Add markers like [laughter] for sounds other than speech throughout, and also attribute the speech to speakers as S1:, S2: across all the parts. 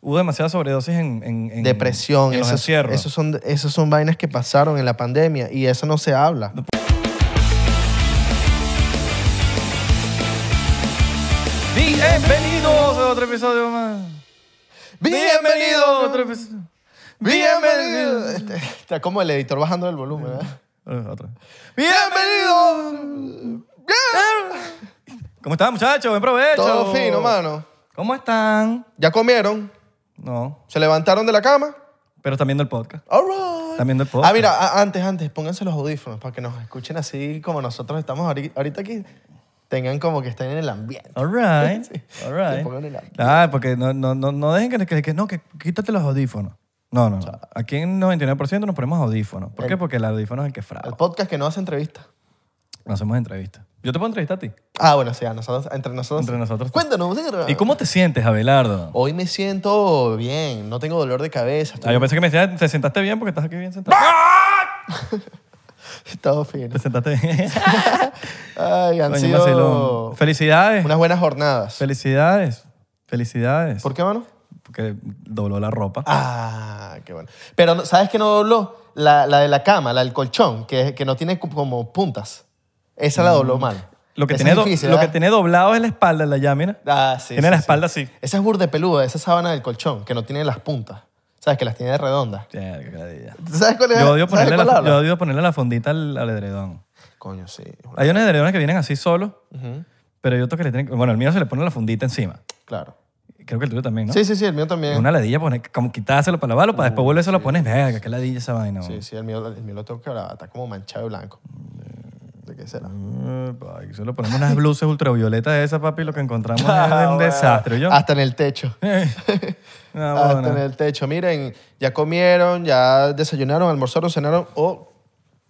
S1: Hubo demasiada sobredosis en, en- en-
S2: Depresión,
S1: en los
S2: esas,
S1: encierros.
S2: esos son, esos son vainas que pasaron en la pandemia y eso no se habla.
S1: Bienvenidos a otro episodio más. Bienvenidos a otro episodio. Bienvenidos.
S2: Bienvenido. [laughs] Está como el editor bajando el volumen, ¿verdad?
S1: [laughs] Eh, otra vez.
S2: Bienvenido.
S1: ¿Cómo están, muchachos? Buen provecho.
S2: Todo fino, mano.
S1: ¿Cómo están?
S2: ¿Ya comieron?
S1: No,
S2: ¿Se levantaron de la cama?
S1: pero están viendo el podcast.
S2: All right.
S1: Están viendo el podcast.
S2: Ah, mira, a- antes, antes, pónganse los audífonos para que nos escuchen así como nosotros estamos ahori- ahorita aquí. Tengan como que estén en el ambiente.
S1: All right.
S2: [laughs] Sí.
S1: All right.
S2: Te pongan el-
S1: Ah, porque no, no, no, no dejen que, que, que- no, que quítate los audífonos. No, no, no. Aquí en 99% nos ponemos audífonos. ¿Por qué? Porque el audífono es el que
S2: El
S1: fraba.
S2: podcast que no hace entrevista.
S1: No hacemos entrevistas. Yo te puedo entrevistar a ti.
S2: Ah, bueno, sí, a nosotros, entre nosotros.
S1: Entre nosotros.
S2: Cuéntanos, ¿sí?
S1: ¿Y cómo te sientes, Abelardo?
S2: Hoy me siento bien, no tengo dolor de cabeza,
S1: Ah,
S2: estoy-
S1: yo pensé que me decías, te sentaste bien porque estás aquí bien sentado.
S2: todo fino.
S1: Te sentaste bien.
S2: Ay, han
S1: Coño,
S2: sido
S1: vacilón. Felicidades.
S2: unas buenas jornadas.
S1: Felicidades. Felicidades.
S2: ¿Por qué, mano?
S1: Porque dobló la ropa.
S2: Ah, qué bueno. Pero, no- ¿sabes qué no dobló? La, la de la cama, la del colchón, que, que no tiene cu- como puntas. Esa la dobló mal.
S1: Mm, Lo que,
S2: Esa
S1: tiene,
S2: es
S1: do-
S2: difícil,
S1: lo que
S2: ¿verdad?
S1: tiene doblado es la espalda, la llamina.
S2: Ah, sí,
S1: tiene
S2: sí,
S1: la
S2: sí.
S1: espalda así.
S2: Esa es burde peluda, esa sábana del colchón, que no tiene las puntas. ¿Sabes? Que las tiene redondas.
S1: Verga, qué ladilla.
S2: ¿Tú ¿Sabes cuál es?
S1: Yo odio,
S2: ¿Sabes
S1: ponerle
S2: cuál
S1: la,
S2: hablo?
S1: yo odio ponerle la fondita al, al edredón.
S2: Coño, sí. es una-
S1: Hay unos edredones que vienen así solos,
S2: Ujú,
S1: pero hay otros que le tienen... que- Bueno, el mío se le pone la fundita encima.
S2: Claro.
S1: Creo que el tuyo también, ¿no?
S2: Sí, sí, sí, el mío
S1: Es
S2: también.
S1: Una ladilla, poner, como quitárselo para lavarlo, para después volvérselo a poner. Verga, qué ladilla esa vaina.
S2: Sí, sí, el mío, el mío lo tengo que lavar, está como manchado de blanco.
S1: Mm.
S2: ¿De qué será?
S1: Epa, Aquí solo ponemos unas blusas ultravioletas de esas, papi, y lo que encontramos es
S2: [laughs] Ah, Ah,
S1: un
S2: bueno.
S1: desastre. ¿yo? [laughs]
S2: Hasta en el techo.
S1: No,
S2: Hasta
S1: bueno.
S2: en el techo. Miren, ya comieron, ya desayunaron, almorzaron, cenaron o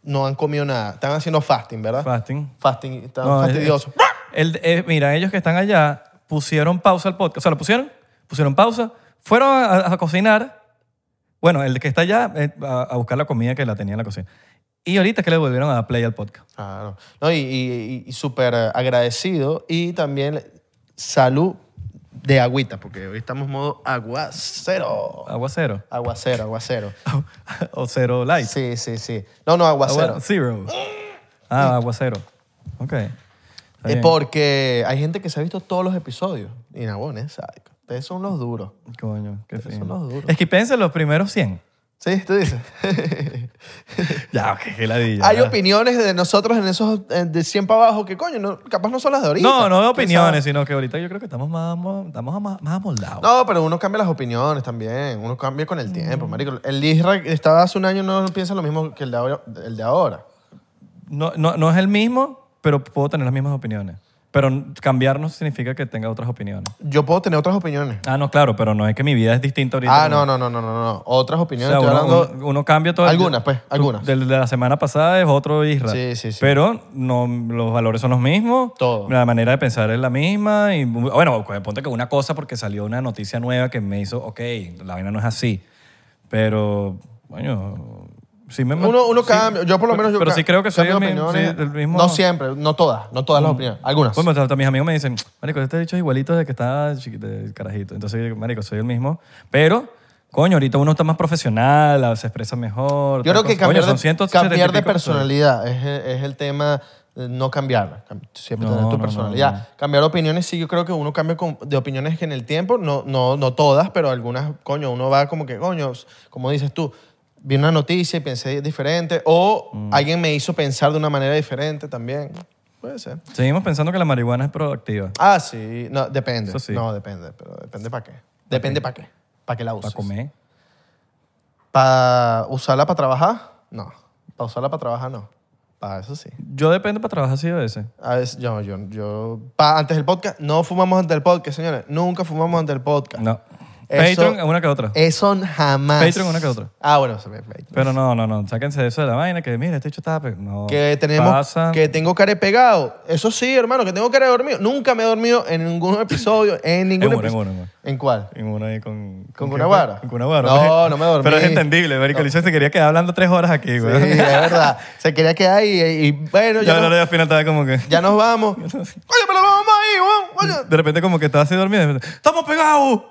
S2: no han comido nada. Están haciendo fasting, ¿verdad?
S1: Fasting.
S2: fasting, están
S1: No, es-
S2: fastidiosos.
S1: El- eh, mira, ellos que están allá pusieron pausa al podcast. O sea, lo pusieron, pusieron pausa, fueron a, a cocinar. Bueno, el que está allá eh, a, a buscar la comida que la tenía en la cocina. Y ahorita es que le volvieron a dar play al podcast.
S2: Claro. No, y y- y súper agradecido. Y también salud de agüita, porque hoy estamos modo aguacero.
S1: Agua cero. [laughs]
S2: Aguacero, aguacero.
S1: o cero light.
S2: Sí, sí, sí. No, no, aguacero.
S1: Agua zero. Ah, agua cero. Ok. Está
S2: Eh,
S1: bien.
S2: porque hay gente que se ha visto todos los episodios. Y Nabones, sádico. Ustedes son los duros.
S1: Coño, qué fino.
S2: los duros.
S1: Esquipéense los primeros 100.
S2: ¿Sí? ¿Tú dices?
S1: [laughs] Ya, ok, qué ladilla. [laughs]
S2: Hay
S1: ya.
S2: opiniones de nosotros en esos eh, de 100 para abajo que, coño, no, capaz no son las de ahorita.
S1: No, no de
S2: ¿Quién
S1: opiniones,
S2: sabe?
S1: sino que ahorita yo creo que estamos más, amo- estamos más, más amoldados.
S2: No, pero uno cambia las opiniones también. Uno cambia
S1: Mm.
S2: con el tiempo, marico. El Isra que estaba hace un año no piensa lo mismo que el de ahora. El de ahora.
S1: No, no, no es el mismo, pero puedo tener las mismas opiniones. Pero n- cambiar no significa que tenga otras opiniones.
S2: Yo puedo tener otras opiniones.
S1: Ah, no, claro, pero no es que mi vida es distinta ahorita.
S2: Ah, no, no, no, no, no, no. Otras
S1: O
S2: opiniones.
S1: sea,
S2: Estoy
S1: uno,
S2: hablando...
S1: uno- uno cambia todo. el-
S2: Algunas, pues,
S1: tú-
S2: algunas.
S1: Del de la semana pasada es otro Israel.
S2: Sí, sí, sí.
S1: Pero no, los valores son los mismos.
S2: Todo.
S1: La manera de pensar es la misma. Y, bueno, pues, ponte que una cosa porque salió una noticia nueva que me hizo, ok, la vaina no es así. Pero, bueno, sí me...
S2: Uno, uno
S1: sí-
S2: cambia. Yo por lo menos... Yo
S1: Pero
S2: ca-
S1: sí creo que soy el,
S2: cambio
S1: mi-
S2: opiniones.
S1: sí, el mismo... Mm.
S2: No siempre, no todas. No todas las opiniones. Algunas.
S1: Bueno, hasta Pues, mis amigos me dicen, marico, este bicho es igualito de que está chiqui- de carajito. Entonces, yo digo, marico, soy el mismo. Pero, coño, ahorita uno está más profesional, se expresa mejor.
S2: Yo
S1: tal
S2: creo que
S1: cosa.
S2: cambiar,
S1: Coño, son
S2: de,
S1: 170 y
S2: cambiar de
S1: pico personas.
S2: personalidad es, el- es el tema eh, no cambiar, cam- siempre
S1: No,
S2: tener tu
S1: no, no,
S2: personalidad. Cambiar opiniones, sí, yo creo que uno cambia con- de opiniones que en el tiempo, no, no, no todas, pero algunas, coño, uno va como que, coño, s- como dices tú, vi una noticia y pensé diferente, o
S1: Mm.
S2: alguien me hizo pensar de una manera diferente también. Puede ser.
S1: Seguimos pensando que la marihuana es proactiva.
S2: Ah, sí, no, depende.
S1: Eso sí.
S2: No, depende, pero depende para qué. Depende para qué. Para que la uses.
S1: Para comer.
S2: ¿Para usarla para trabajar? No. ¿Para usarla para trabajar? No. Para eso sí.
S1: Yo dependo para trabajar así a veces.
S2: A veces, yo, yo, yo. pa- antes del podcast, no fumamos antes del podcast, señores. Nunca fumamos antes del podcast.
S1: No.
S2: Eso-
S1: Patreon, una que otra.
S2: Eso jamás.
S1: Patreon, una que otra.
S2: Ah, bueno, se me Patreon.
S1: Pero no, no, no. Sáquense de eso de la vaina que, mira, este bicho está... pe- No.
S2: Que tenemos.
S1: Pasa.
S2: Que tengo care pegado. Eso sí, hermano, que tengo care dormido. Nunca me he dormido en ningún episodio. En ningún
S1: uno, en
S2: episodio.
S1: uno, en uno.
S2: cuál?
S1: En una ahí con...
S2: ¿Con
S1: qué
S2: una
S1: fue?
S2: vara?
S1: Con una vara.
S2: No,
S1: marico.
S2: no me dormí.
S1: Pero es entendible, marico. El bicho se quería quedar hablando tres horas aquí,
S2: Sí,
S1: güey.
S2: es verdad. Se quería quedar y, y bueno,
S1: Ya,
S2: ya,
S1: no,
S2: nos,
S1: no, al final estaba como que...
S2: ya
S1: [laughs]
S2: nos vamos. Oye, pero nos vamos ahí, weón. Oye.
S1: De repente como que estaba así dormido. y de repente, ¡Estamos pegados!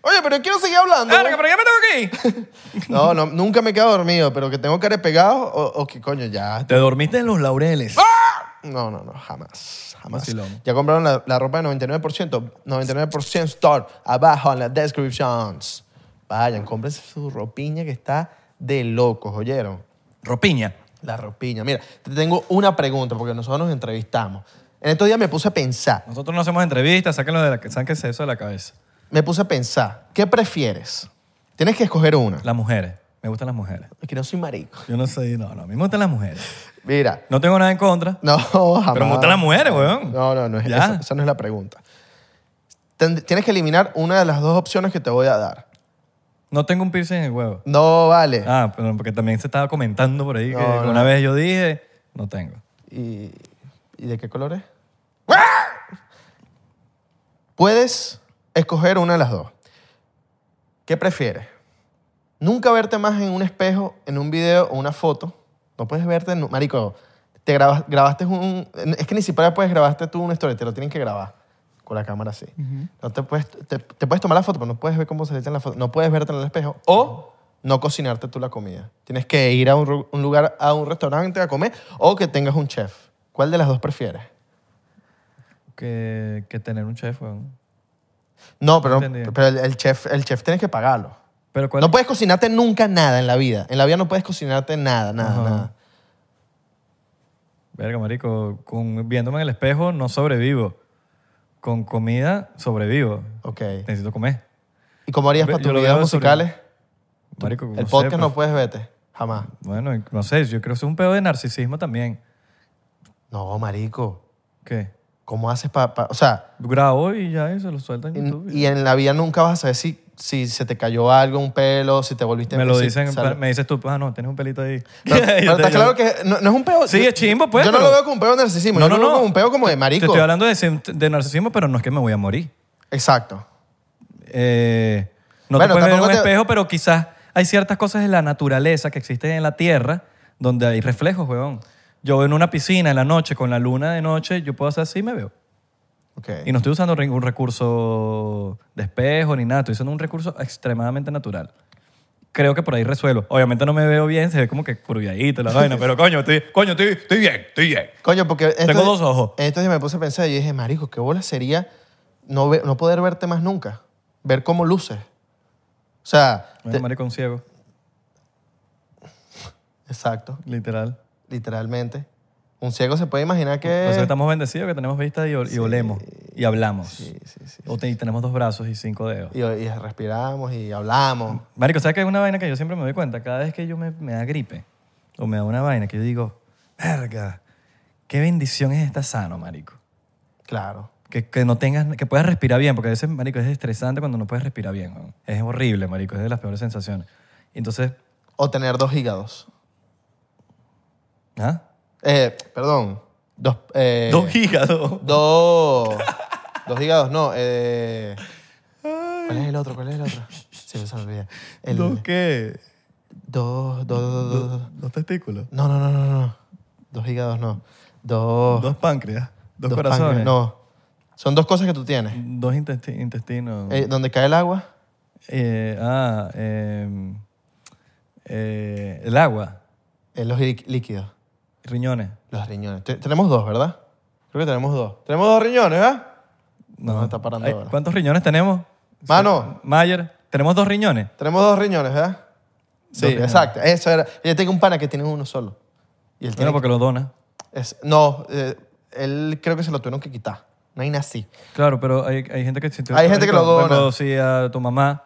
S2: Oye, pero yo quiero seguir hablando.
S1: Verga, pero ya me tengo que ir.
S2: [laughs] No, no, nunca me quedo dormido, pero que tengo que pegado o, o que coño, ya.
S1: Te dormiste en los laureles.
S2: No, no, no, jamás. Jamás.
S1: Vacilón.
S2: Ya compraron la, la ropa de 99%. 99% store. Abajo en las descriptions. Vayan, cómprense su ropiña que está de locos, ¿oyeron?
S1: Ropiña.
S2: La ropiña. Mira, te tengo una pregunta porque nosotros nos entrevistamos. En estos días me puse a pensar.
S1: Nosotros no hacemos entrevistas, sáquenlo de la, sáquense eso de la cabeza.
S2: Me puse a pensar. ¿Qué prefieres? Tienes que escoger una.
S1: Las mujeres. Me gustan las mujeres.
S2: Que no soy marico.
S1: Yo no sé, no, no. A mí me gustan las mujeres.
S2: Mira.
S1: No tengo nada en contra.
S2: [laughs] No, jamás.
S1: Pero me gustan las mujeres, weón.
S2: No, no, no es
S1: Ya.
S2: esa, esa no es la pregunta. Ten- tienes que eliminar una de las dos opciones que te voy a dar.
S1: No tengo un piercing en el huevo.
S2: No vale.
S1: Ah, pero porque también se estaba comentando por ahí que
S2: No, no.
S1: una vez yo dije, no tengo.
S2: ¿Y, y de qué color es? [laughs] Puedes escoger una de las dos. ¿Qué prefieres? Nunca verte más en un espejo, en un video o una foto. No puedes verte, en- marico. Te grabas- grabaste un... Es que ni siquiera puedes grabarte tú una historia, te lo tienen que grabar con la cámara así. no te, puedes, te, te puedes tomar la foto, pero no puedes ver cómo se le echa en la foto. No puedes verte en el espejo. O no cocinarte tú la comida. Tienes que ir a un, ru- un lugar, a un restaurante a comer o que tengas un chef. ¿Cuál de las dos prefieres?
S1: Que, que tener un chef, weón.
S2: No, pero,
S1: Entendí.
S2: pero el, el chef, el chef tienes que pagarlo.
S1: Pero cuál
S2: No puedes cocinarte nunca nada en la vida. En la vida no puedes cocinarte nada, nada,
S1: Ajá.
S2: nada.
S1: Verga, marico, con, viéndome en el espejo no sobrevivo. Con comida sobrevivo.
S2: Ok.
S1: Necesito comer.
S2: ¿Y cómo harías
S1: Ve-
S2: para
S1: yo
S2: tus
S1: lo
S2: videos
S1: grabo sobre-
S2: musicales?
S1: Marico,
S2: el
S1: sé, pues.
S2: podcast
S1: pero-
S2: no puedes verte. Jamás.
S1: Bueno, no sé, yo creo que es un pedo de narcisismo también.
S2: No, marico.
S1: ¿Qué?
S2: ¿Cómo haces para...? o sea,
S1: Grabo y ya y se lo sueltan en YouTube.
S2: En- y en la vida nunca vas a saber si, si se te cayó algo, un pelo, si te volviste...
S1: me lo
S2: si-
S1: dicen, en
S2: o sea,
S1: plan- me dices tú, ah, no, tienes un pelito ahí. [laughs]
S2: Pero,
S1: Yo
S2: pero
S1: te
S2: está
S1: digo,
S2: claro que no, no es un peo.
S1: Sí,
S2: yo-
S1: es chimbo, pues,
S2: Yo no
S1: pero-
S2: lo veo como un peo de narcisismo. yo lo veo como un peo como de
S1: Te-
S2: marico.
S1: Te estoy hablando de, sim- de narcisismo, pero no es que me voy a morir.
S2: Exacto.
S1: Eh, no
S2: Bueno,
S1: te puedes ver en un
S2: tampoco te-
S1: espejo, pero quizás hay ciertas cosas de la naturaleza que existen en la Tierra donde hay reflejos, weón. Yo en una piscina en la noche, con la luna de noche, yo puedo hacer así y me veo.
S2: Ok.
S1: Y no estoy usando ningún recurso de espejo ni nada, estoy usando un recurso extremadamente natural. Creo que por ahí resuelvo. Obviamente no me veo bien, se ve como que curviadito la vaina, pero coño, estoy, coño, estoy, estoy bien, estoy bien.
S2: Coño, porque... esto-
S1: Tengo dos ojos.
S2: En estos días me puse a pensar y yo dije, marico, qué bola sería no, ve- no poder verte más nunca. Ver cómo luces. O sea...
S1: Bueno,
S2: te-
S1: maricón ciego,
S2: exacto.
S1: literal.
S2: Literalmente. Un ciego se puede imaginar que...
S1: Nosotros estamos bendecidos que tenemos vista y, ol- y olemos y hablamos.
S2: Sí, sí, sí.
S1: O te- y tenemos dos brazos y cinco dedos.
S2: Y, y respiramos y hablamos.
S1: Marico, ¿sabes que es una vaina que yo siempre me doy cuenta? Cada vez que yo me, me da gripe o me da una vaina que yo digo, verga, qué bendición es estar sano, marico.
S2: Claro.
S1: Que, que no tengas, que puedas respirar bien, porque a veces, marico, es estresante cuando no puedes respirar bien. weón. Es horrible, marico, es de las peores sensaciones. Entonces,
S2: O tener dos hígados.
S1: ¿ah?
S2: Eh, perdón. Dos... eh,
S1: Dos hígados.
S2: Dos. Dos hígados, no. eh, ¿Cuál es el otro? ¿Cuál es el otro? Sí, se me olvida. El,
S1: ¿Dos qué?
S2: Dos, dos, dos, dos, dos.
S1: Dos testículos.
S2: No, no, no, no, no. Dos hígados, no. Dos.
S1: Dos páncreas. Dos,
S2: dos
S1: corazones.
S2: páncreas, no. Son dos cosas que tú tienes.
S1: Dos intesti- intestinos.
S2: Eh, donde cae el agua,
S1: Eh, ah, em, eh, el agua,
S2: eh, los lí- líquidos.
S1: riñones.
S2: Los riñones. Te- tenemos dos, ¿verdad? Creo que tenemos dos. Tenemos dos riñones, ¿ah? ¿verdad? No, está parando
S1: Ay,
S2: ahora.
S1: ¿Cuántos riñones tenemos?
S2: Mano,
S1: Mayer, tenemos dos riñones.
S2: tenemos dos riñones, ¿verdad? Sí,
S1: riñones.
S2: exacto. Eso era. Yo tengo un pana que tiene uno solo. Y él tiene
S1: Bueno, porque los dona.
S2: Es- no, eh, él creo que se lo tuvieron que quitar. No hay nada así.
S1: Claro, pero hay, hay gente que... si tú-
S2: Hay gente que lo
S1: Por ejemplo,
S2: dona.
S1: si a tu mamá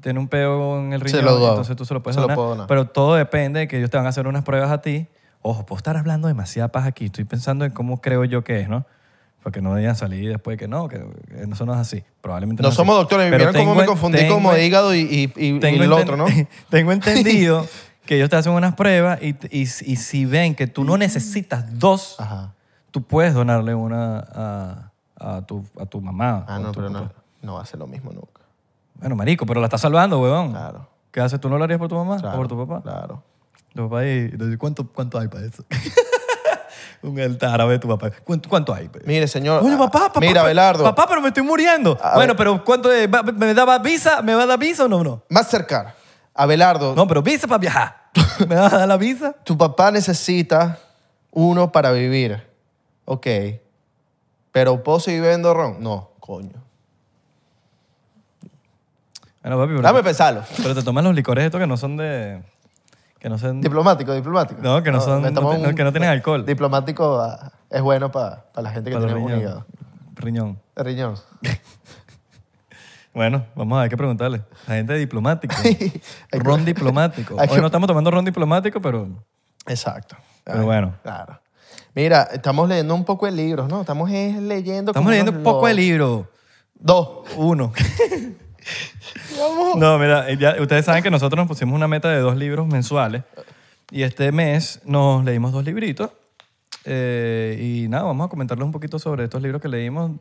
S1: tiene un peo en el
S2: Se
S1: riñón,
S2: lo dono.
S1: entonces tú se lo puedes
S2: Se lo
S1: donar.
S2: puedo donar.
S1: Pero todo depende de que ellos te van a hacer unas pruebas a ti. Ojo, puedo estar hablando demasiada paz aquí. Estoy pensando en cómo creo yo que es, ¿no? Porque no vayan a salir después que no, que eso no es así. Probablemente no,
S2: No
S1: es
S2: somos
S1: así.
S2: doctores,
S1: Pero
S2: vieron cómo
S1: tengo
S2: me
S1: en-
S2: confundí
S1: tengo
S2: como
S1: en-
S2: de hígado y, y- y- y el
S1: enten-
S2: otro, ¿no?
S1: [laughs] Tengo
S2: [laughs]
S1: entendido que ellos te hacen unas pruebas y, y- y si ven que tú no
S2: Mm.
S1: necesitas dos,
S2: Ajá.
S1: tú puedes donarle una a, a tu, a tu mamá. o
S2: Ah, no,
S1: tu
S2: pero no,
S1: papá.
S2: no va a ser lo mismo nunca.
S1: Bueno, marico, pero la estás salvando, huevón.
S2: Claro.
S1: ¿Qué haces? ¿Tú no lo harías Ah, por tu mamá
S2: claro
S1: o por tu papá?
S2: Claro.
S1: Tu papá y... ¿Cuánto, cuánto hay para eso? [laughs] Un altar, a ver tu papá. ¿Cuánto, cuánto hay? pe?
S2: Mire, señor.
S1: Oye,
S2: ah,
S1: papá, papá.
S2: Mira,
S1: pe-
S2: Abelardo.
S1: Papá, pero me estoy muriendo.
S2: A
S1: bueno,
S2: ver.
S1: pero ¿cuánto es? ¿Va- ¿Me daba visa? ¿Me va a dar visa o no? No,
S2: Más cerca. Abelardo,
S1: no pero visa para viajar. [laughs] ¿Me va a dar la visa?
S2: tu papá necesita uno para vivir. Ok. Pero ¿puedo seguir bebiendo ron? No, coño.
S1: Bueno, papi, pero,
S2: Dame pensarlo.
S1: pero te toman los licores estos que no son de... Que no son...
S2: Diplomático, diplomático.
S1: No, que no son-
S2: me
S1: no
S2: tomo
S1: te- no, que no tienen alcohol.
S2: Diplomático ah, es bueno para la gente que
S1: para los
S2: tiene un
S1: riñones.
S2: hígado.
S1: Riñón.
S2: Riñón.
S1: Bueno, vamos a ver qué preguntarle. La gente
S2: [laughs]
S1: diplomática.
S2: que-
S1: ron diplomático.
S2: [laughs] hay que-
S1: Hoy no estamos tomando ron diplomático, pero...
S2: Exacto.
S1: Pero bueno.
S2: Claro. Mira, estamos leyendo un poco de libros, ¿no? Estamos es leyendo.
S1: Estamos leyendo un poco de
S2: libros.
S1: libro.
S2: Dos.
S1: Uno. No, mira, eh, ya ustedes saben que nosotros nos pusimos una meta de dos libros mensuales y este mes nos leímos dos libritos Eh, y nada, vamos a comentarles un poquito sobre estos libros que leímos,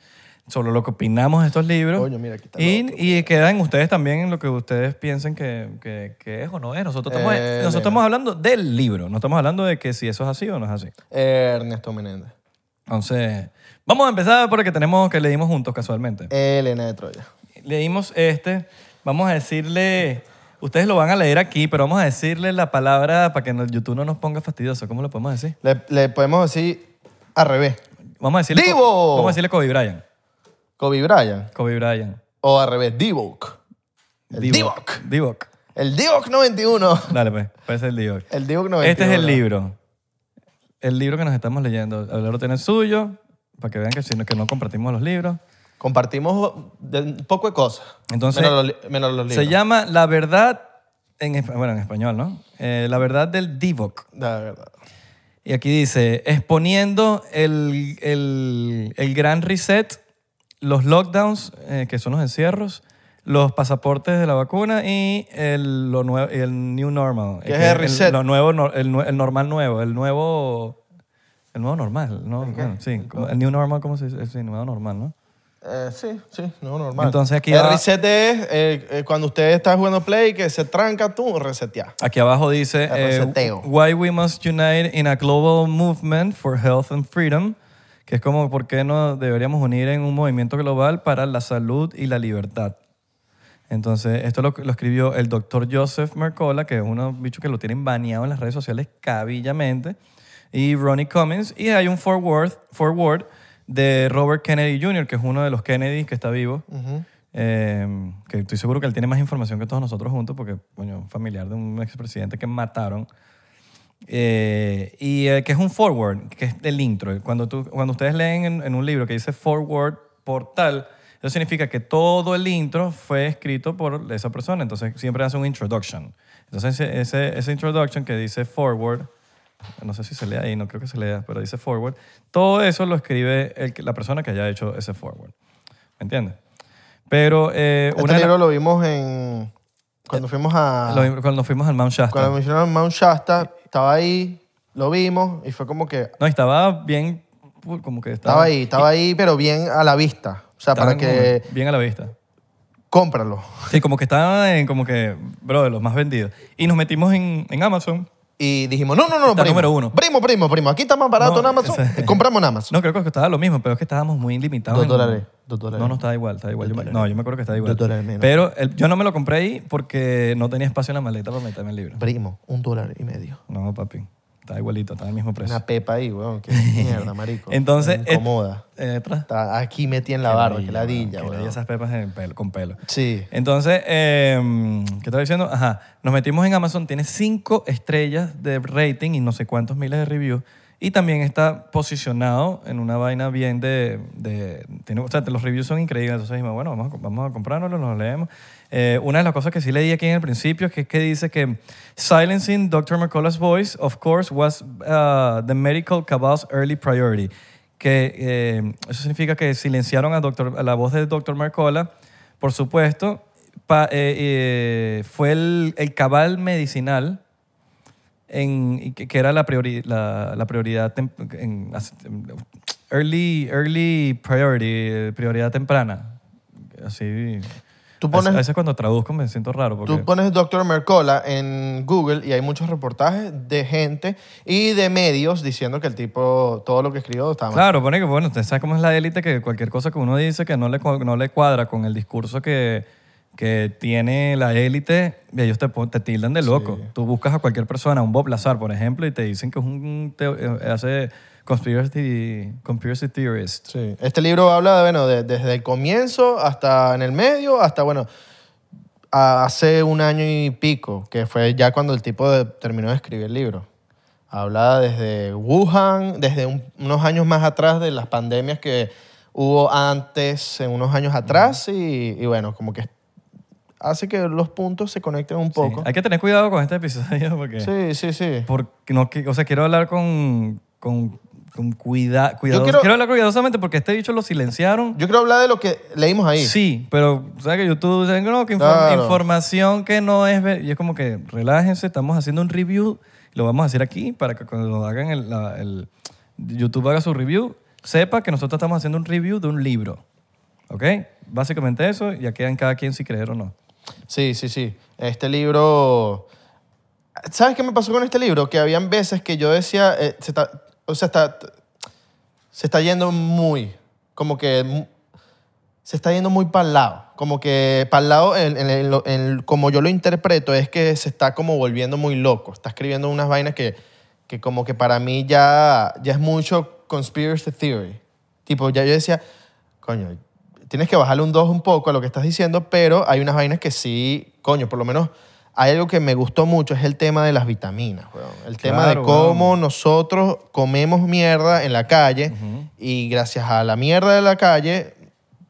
S1: sobre lo que opinamos de estos libros
S2: Coño, mira, aquí está el
S1: y, y quedan ustedes también en lo que ustedes piensen que, que- que es o no es. Nosotros estamos,
S2: Eh,
S1: nosotros
S2: mira.
S1: estamos hablando del libro, no estamos hablando de que si eso es así o no es así.
S2: Ernesto Menéndez.
S1: Entonces, vamos a empezar por el que tenemos que leímos juntos casualmente.
S2: Elena de Troya.
S1: Leímos este. Vamos a decirle. Ustedes lo van a leer aquí, pero vamos a decirle la palabra para que no- YouTube no nos ponga fastidioso. ¿Cómo lo podemos decir?
S2: Le, le podemos decir al revés.
S1: Vamos a decirle.
S2: ¡Divo!
S1: Co- Vamos a decirle Kobe Bryant.
S2: Kobe Bryant.
S1: Kobe Bryant.
S2: O al revés, Divock. El Divock.
S1: Divock. Divock.
S2: El Divock 91.
S1: Dale, pues. Puede ser el Divock.
S2: El Divock 91.
S1: Este es el libro. El libro que nos estamos leyendo. Ahora lo tiene suyo, para que vean que, si no- que no compartimos los libros.
S2: Compartimos de- un poco de cosas.
S1: Entonces,
S2: menos los, li- menos los libros.
S1: Se llama La Verdad. En, espa- bueno, en español, ¿no? Eh, la verdad del Divock.
S2: La verdad.
S1: Y aquí dice, exponiendo el, el- el gran reset, los lockdowns, eh, que son los encierros, los pasaportes de la vacuna y el, lo nue- el new normal.
S2: ¿Qué es el reset?
S1: lo nuevo, nor- el, nue- el normal nuevo, el nuevo... El nuevo normal, ¿no? Bueno, sí, como- el new normal, ¿cómo se dice? Sí, el nuevo normal, ¿no?
S2: Eh, sí, sí, no, normal.
S1: Entonces aquí
S2: El
S1: va-
S2: reset es eh, eh, cuando usted está jugando play que se tranca tú, resetea.
S1: Aquí abajo dice eh,
S2: El reseteo.
S1: Why we must unite in a global movement for health and freedom, que es como por qué nos deberíamos unir en un movimiento global para la salud y la libertad. Entonces, esto lo, lo escribió el doctor Joseph Mercola, que es uno bicho que lo tienen baneado en las redes sociales cabillamente, y Ronnie Cummings. Y hay un forward, forward de Robert Kennedy Jr., que es uno de los Kennedys que está vivo, eh, que estoy seguro que él tiene más información que todos nosotros juntos, porque, coño, familiar de un expresidente que mataron. Eh, y eh, que es un forward, que es el intro. Cuando, tú, cuando ustedes leen en, en un libro que dice forward portal, eso significa que todo el intro fue escrito por esa persona. Entonces siempre hace un introduction. Entonces ese, ese, ese introduction que dice forward, no sé si se lee ahí, no creo que se lea, pero dice forward, todo eso lo escribe el que- la persona que haya hecho ese forward. ¿Me entiendes? Pero eh,
S2: Este
S1: una de la-
S2: libro lo vimos en. Cuando fuimos a.
S1: lo- cuando fuimos al Mount Shasta.
S2: Cuando mencionaron Mount Shasta, estaba ahí, lo vimos y fue como que.
S1: No, y estaba bien, como que
S2: Estaba
S1: estaba,
S2: ahí, estaba ahí, pero bien a la vista. O sea, para
S1: estaban
S2: que.
S1: como bien a la vista.
S2: Cómpralo.
S1: Sí, como que estaban en, como que, bro, de los más vendidos. Y nos metimos en, en Amazon.
S2: Y dijimos, no, no, no,
S1: Está
S2: primo.
S1: número uno.
S2: Primo, primo, primo. Aquí está más barato
S1: No,
S2: en Amazon.
S1: ese-
S2: Compramos en Amazon.
S1: No, creo que costaba lo mismo, pero es que estábamos muy limitados.
S2: Dos
S1: en-
S2: dólares, dos dólares.
S1: No, no, estaba igual, estaba igual. Yo me- no, yo me acuerdo que estaba igual.
S2: Dos dólares menos.
S1: Pero el- yo no me lo compré ahí porque no tenía espacio en la maleta para meterme el libro.
S2: Primo, un dólar y medio.
S1: No, papi, estaba igualito, estaba al mismo precio.
S2: Una pepa ahí, weón.
S1: [laughs]
S2: Qué mierda, marico.
S1: Entonces,
S2: Me Incomoda.
S1: eh, atrás.
S2: Está aquí metí en la barba, que
S1: Que
S2: ladilla,
S1: leí
S2: weón.
S1: esas pepas en pelo- con pelo.
S2: Sí.
S1: Entonces, eh, ¿qué estaba diciendo? Ajá, nos metimos en Amazon, tiene cinco estrellas de rating y no sé cuántos miles de reviews. Y también está posicionado en una vaina bien de... de- tiene- o sea, los reviews son increíbles. Entonces dijimos, bueno, vamos a, vamos a comprárnoslo, los leemos. Eh, una de las cosas que sí leí aquí en el principio es que, que dice que silencing Dr. McCullough's voice, of course, was uh, the medical cabal's early priority. Que eh, eso significa que silenciaron a, doctor, a la voz de Dr. McCullough por supuesto, pa- eh, eh, fue el, el cabal medicinal en, y que, que era la, priori- la, la prioridad tem- en- as- em, early, early priority, eh, prioridad temprana. Así.
S2: Tú
S1: A
S2: pones,
S1: veces cuando traduzco me siento raro porque...
S2: tú pones Dr. Mercola en Google y hay muchos reportajes de gente y de medios diciendo que el tipo, todo lo que escribió estaba mal.
S1: Claro, pone que bueno, usted sabe cómo es la élite que cualquier cosa que uno dice que no le, cua- no le cuadra con el discurso que, que tiene la élite, ellos te, pon- te tildan de loco. Tú buscas a cualquier persona, un Bob Lazar, por ejemplo, y te dicen que es un teo- eh, hace conspiracy, conspiracy theorist.
S2: Sí. Este libro habla bueno, de- desde el comienzo hasta en el medio, hasta bueno, a- hace un año y pico, que fue ya cuando el tipo de- terminó de escribir el libro. Habla desde Wuhan, desde un- unos años más atrás de las pandemias que hubo antes, en unos años atrás, y, y bueno, como que hace que los puntos se conecten un
S1: Sí,
S2: poco.
S1: Hay que tener cuidado con este episodio [laughs] porque,
S2: Sí, sí, sí.
S1: porque no, qui- o sea, quiero hablar con, con, con cuida, cuidado.
S2: quiero-
S1: Quiero... hablar cuidadosamente porque este bicho lo silenciaron.
S2: Yo quiero hablar de lo que leímos ahí.
S1: Sí, pero ¿sabes que YouTube dice, no, que infor-
S2: Claro.
S1: información que no es... ver-". Y es como que relájense, estamos haciendo un review, lo vamos a hacer aquí para que cuando hagan el, la- el- YouTube haga su review, sepa que nosotros estamos haciendo un review de un libro. ¿Ok? Básicamente eso, ya quedan cada quien si creer o no.
S2: Sí, sí, sí. Este libro... ¿Sabes qué me pasó con este libro? Que habían veces que yo decía, eh, se está, o sea, está, se está yendo muy, como que mu- se está yendo muy para el lado. Como que para el lado, en- en- en lo- en- como yo lo interpreto, es que se está como volviendo muy loco. Está escribiendo unas vainas que, que como que para mí ya, ya es mucho conspiracy theory. Tipo, ya yo decía, coño, tienes que bajarle un 2 un poco a lo que estás diciendo, pero hay unas vainas que sí, coño, por lo menos hay algo que me gustó mucho, es el tema de las vitaminas, weón. El tema de
S1: Claro,
S2: cómo
S1: weón.
S2: nosotros comemos mierda en la calle y gracias a la mierda de la calle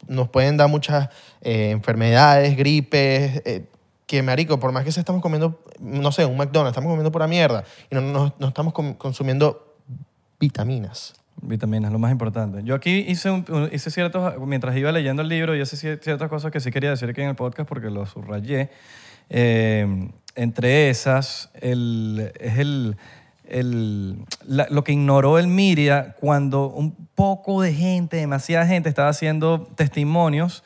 S2: nos pueden dar muchas eh, enfermedades, gripes, eh, que marico, por más que se estamos comiendo, no sé, un McDonald's, estamos comiendo pura mierda y no, no- no estamos com- consumiendo vitaminas.
S1: Vitaminas, lo más importante. Yo aquí hice, un- un- hice ciertos, mientras iba leyendo el libro, yo hice cier- ciertas cosas que sí quería decir aquí en el podcast porque lo subrayé. Eh, entre esas, el, es el, el- la- lo que ignoró el Miria cuando un poco de gente, demasiada gente, estaba haciendo testimonios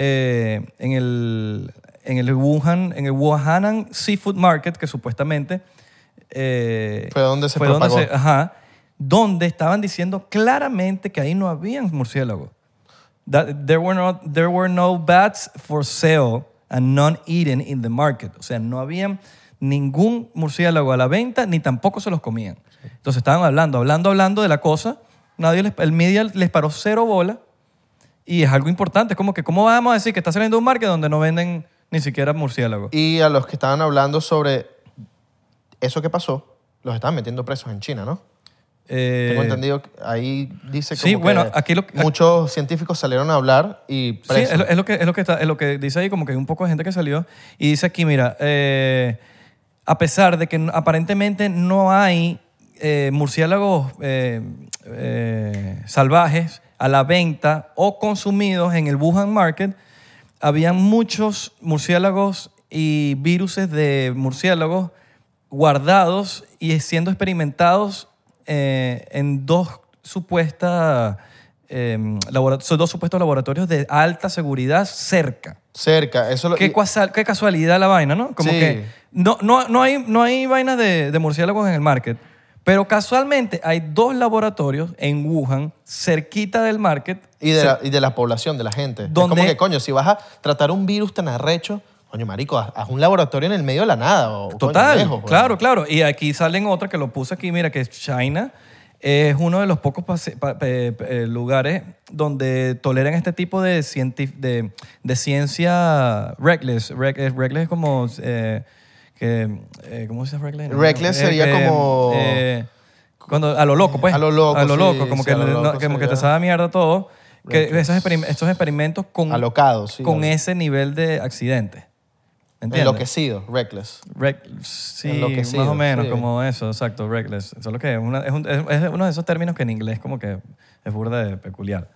S1: eh, en, el, en el Wuhan, en el Wuhanan Seafood Market, que supuestamente... eh,
S2: Fue donde se
S1: fue donde
S2: propagó.
S1: se- ajá, donde estaban diciendo claramente que ahí no habían murciélagos. That there, were not, there were no bats for sale and none eaten in the market. O sea, no habían ningún murciélago a la venta ni tampoco se los comían. Entonces estaban hablando, hablando, hablando de la cosa. Nadie les- el media les paró cero bola y es algo importante. Es como que, ¿cómo vamos a decir que está saliendo un market donde no venden ni siquiera murciélagos?
S2: Y a los que estaban hablando sobre eso que pasó, los estaban metiendo presos en China, ¿no?
S1: Eh,
S2: Tengo entendido, que ahí dice como
S1: sí,
S2: que
S1: bueno, aquí lo- aquí-
S2: muchos científicos salieron a hablar y
S1: Sí, es
S2: presos.
S1: lo, es lo que, es, lo que está, es lo que dice ahí, como que hay un poco de gente que salió y dice aquí, mira, eh, a pesar de que n- aparentemente no hay eh, murciélagos eh, eh, salvajes a la venta o consumidos en el Wuhan Market, habían muchos murciélagos y viruses de murciélagos guardados y siendo experimentados eh, en dos supuestas eh, labora- son dos supuestos laboratorios de alta seguridad cerca.
S2: Cerca, eso lo-
S1: Qué,
S2: y-
S1: cuasa- qué casualidad la vaina, ¿no? Como
S2: Sí.
S1: que no, no, no hay, no hay vainas de, de murciélagos en el market, pero casualmente hay dos laboratorios en Wuhan, cerquita del market.
S2: Y de, la, y de la población, de la gente. Es
S1: Donde-
S2: como que, coño, si vas a tratar un virus tan arrecho, coño, marico, haz, haz un laboratorio en el medio de la nada. O, coño,
S1: Total,
S2: lejos, pues. weón.
S1: claro, claro. Y aquí salen otras que lo puse aquí, mira, que China es uno de los pocos pase- pa- pe- pe- eh, lugares donde toleran este tipo de, cientif- de, de ciencia reckless. Rec- eh, reckless es como... eh, que, eh, ¿Cómo se dice reckless? eh,
S2: Reckless sería como-
S1: cuando, a lo loco, pues.
S2: A lo loco,
S1: A lo loco,
S2: sí,
S1: como,
S2: sí,
S1: que,
S2: a lo
S1: no-
S2: loco
S1: como que te
S2: sería.
S1: sabe a mierda todo. Que esos experim- estos experimentos con,
S2: Alocado, sí.
S1: con
S2: al-
S1: ese nivel de accidente. ¿Entiendes?
S2: Enloquecido, reckless.
S1: Rec- sí,
S2: Enloquecido,
S1: más o menos,
S2: sí.
S1: como eso, exacto, reckless. Solo que es, una- es un- es- es uno de esos términos que en inglés como que es burda de peculiar.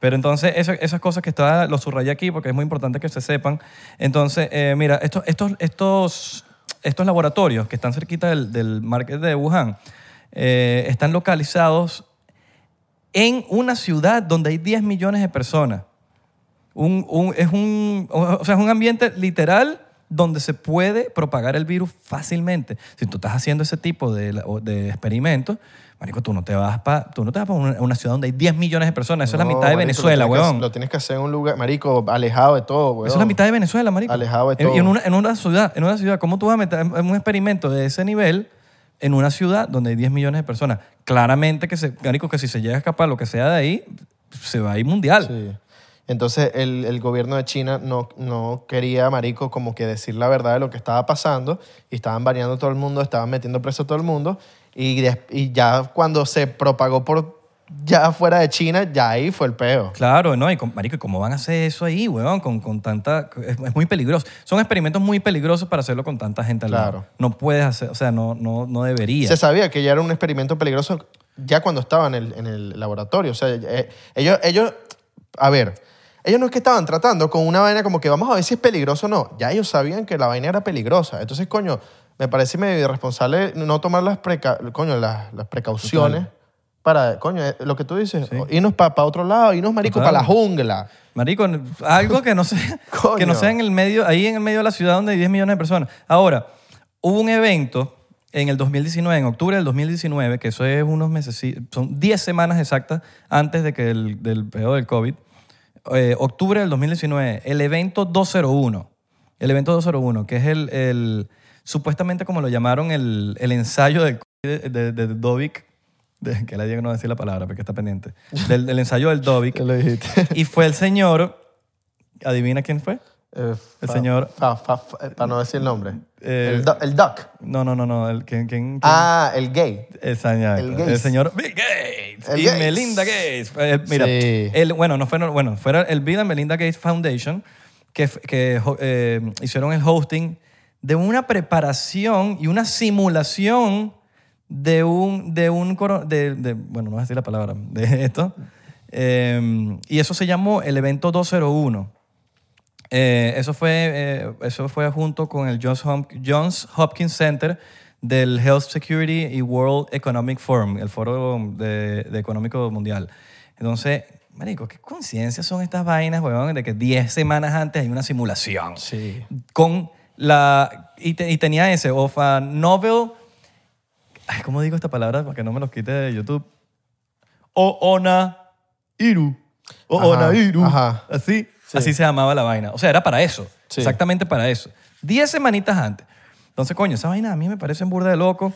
S1: Pero entonces, eso- esas cosas que está, lo subrayé aquí porque es muy importante que se sepan. Entonces, eh, mira, estos, estos, estos, estos laboratorios que están cerquita del, del market de Wuhan eh, están localizados en una ciudad donde hay 10 millones de personas. Un, un- es, un, o sea, es un ambiente literal donde se puede propagar el virus fácilmente. Si tú estás haciendo ese tipo de, la- o- de experimentos, marico, tú no te vas para no te vas pa una, una ciudad donde hay 10 millones de personas. Eso es la
S2: No,
S1: mitad de
S2: marico,
S1: Venezuela,
S2: lo tienes que-
S1: weón.
S2: Lo tienes que hacer en un lugar, marico, alejado de todo, weón.
S1: Eso es la mitad de Venezuela, marico.
S2: Alejado de
S1: En-
S2: todo.
S1: Y en una, en una ciudad, en una ciudad, ¿cómo tú vas a meter en- en un experimento de ese nivel en una ciudad donde hay 10 millones de personas? Claramente que, se, marico, que si se llega a escapar lo que sea de ahí, se va a ir mundial.
S2: Sí. Entonces el, el gobierno de China no, no quería, marico, como que decir la verdad de lo que estaba pasando y estaban variando todo el mundo, estaban metiendo preso a todo el mundo y, des- y ya cuando se propagó por ya fuera de China, ya ahí fue el peo.
S1: Claro, ¿no? Y, con- marico, ¿y cómo van a hacer eso ahí, weón? Con, con tanta... Es, es muy peligroso. Son experimentos muy peligrosos para hacerlo con tanta gente al lado.
S2: Claro.
S1: No puedes hacer... O sea, no, no, no deberías.
S2: Se sabía que ya era un experimento peligroso ya cuando estaba en el, en el laboratorio. O sea, eh, ellos, ellos, a ver, ellos no es que estaban tratando con una vaina como que vamos a ver si es peligroso o no. Ya ellos sabían que la vaina era peligrosa. Entonces, coño, me parece medio irresponsable no tomar las, preca- coño, las, las precauciones para, coño, eh, lo que tú dices, irnos para otro lado, irnos, marico,
S1: Total.
S2: para la jungla.
S1: Marico, algo que no sea,
S2: Coño.
S1: que no sea en el medio, ahí en el medio de la ciudad donde hay 10 millones de personas. Ahora, hubo un evento en el 2019, en octubre del 2019, que eso es unos meses, son 10 semanas exactas antes de que el, del peor del COVID. Eh, octubre del 2019, el evento 201. El evento 201, que es el, el- supuestamente como lo llamaron, el, el ensayo del COVID de, de, de Dovic. de- que la Diego no va a decir la palabra porque está pendiente. Del, del ensayo del Dovic.
S2: lo dijiste?
S1: [laughs] Y fue el señor, adivina quién fue.
S2: Eh,
S1: [laughs] El señor-
S2: para no decir el nombre.
S1: Eh,
S2: el, do- el duck.
S1: No, no, no, no. El, ¿Quién? quién, quién?
S2: Ah, el gay.
S1: Esa, ya,
S2: el
S1: el,
S2: Gates.
S1: señor Bill Gates
S2: El
S1: y
S2: Gates.
S1: Melinda Gates. Eh, mira,
S2: Sí.
S1: el, bueno, no fue, no, bueno, fuera el Bill and Melinda Gates Foundation que, f- que ho- eh, hicieron el hosting de una preparación y una simulación de un, de un, coro- de, de- bueno, no voy a decir la palabra, de esto. Eh, y eso se llamó el evento 201. Eh, eso, fue, eh, eso fue junto con el Johns, Hop- Johns Hopkins Center del Health Security y World Economic Forum, el Foro de, de Económico Mundial. Entonces, marico, ¿qué conciencias son estas vainas, weón, de que 10 semanas antes hay una simulación?
S2: Sí.
S1: Con la... Y, te- y tenía ese, of a novel... Ay, ¿Cómo digo esta palabra para que no me los quite de YouTube? O ona iru. O
S2: Ajá,
S1: ona iru.
S2: ajá.
S1: Así, así se llamaba la vaina. O sea, era para eso.
S2: Sí.
S1: Exactamente para eso. Diez semanitas antes. Entonces, coño, esa vaina a mí me parece en burda de loco.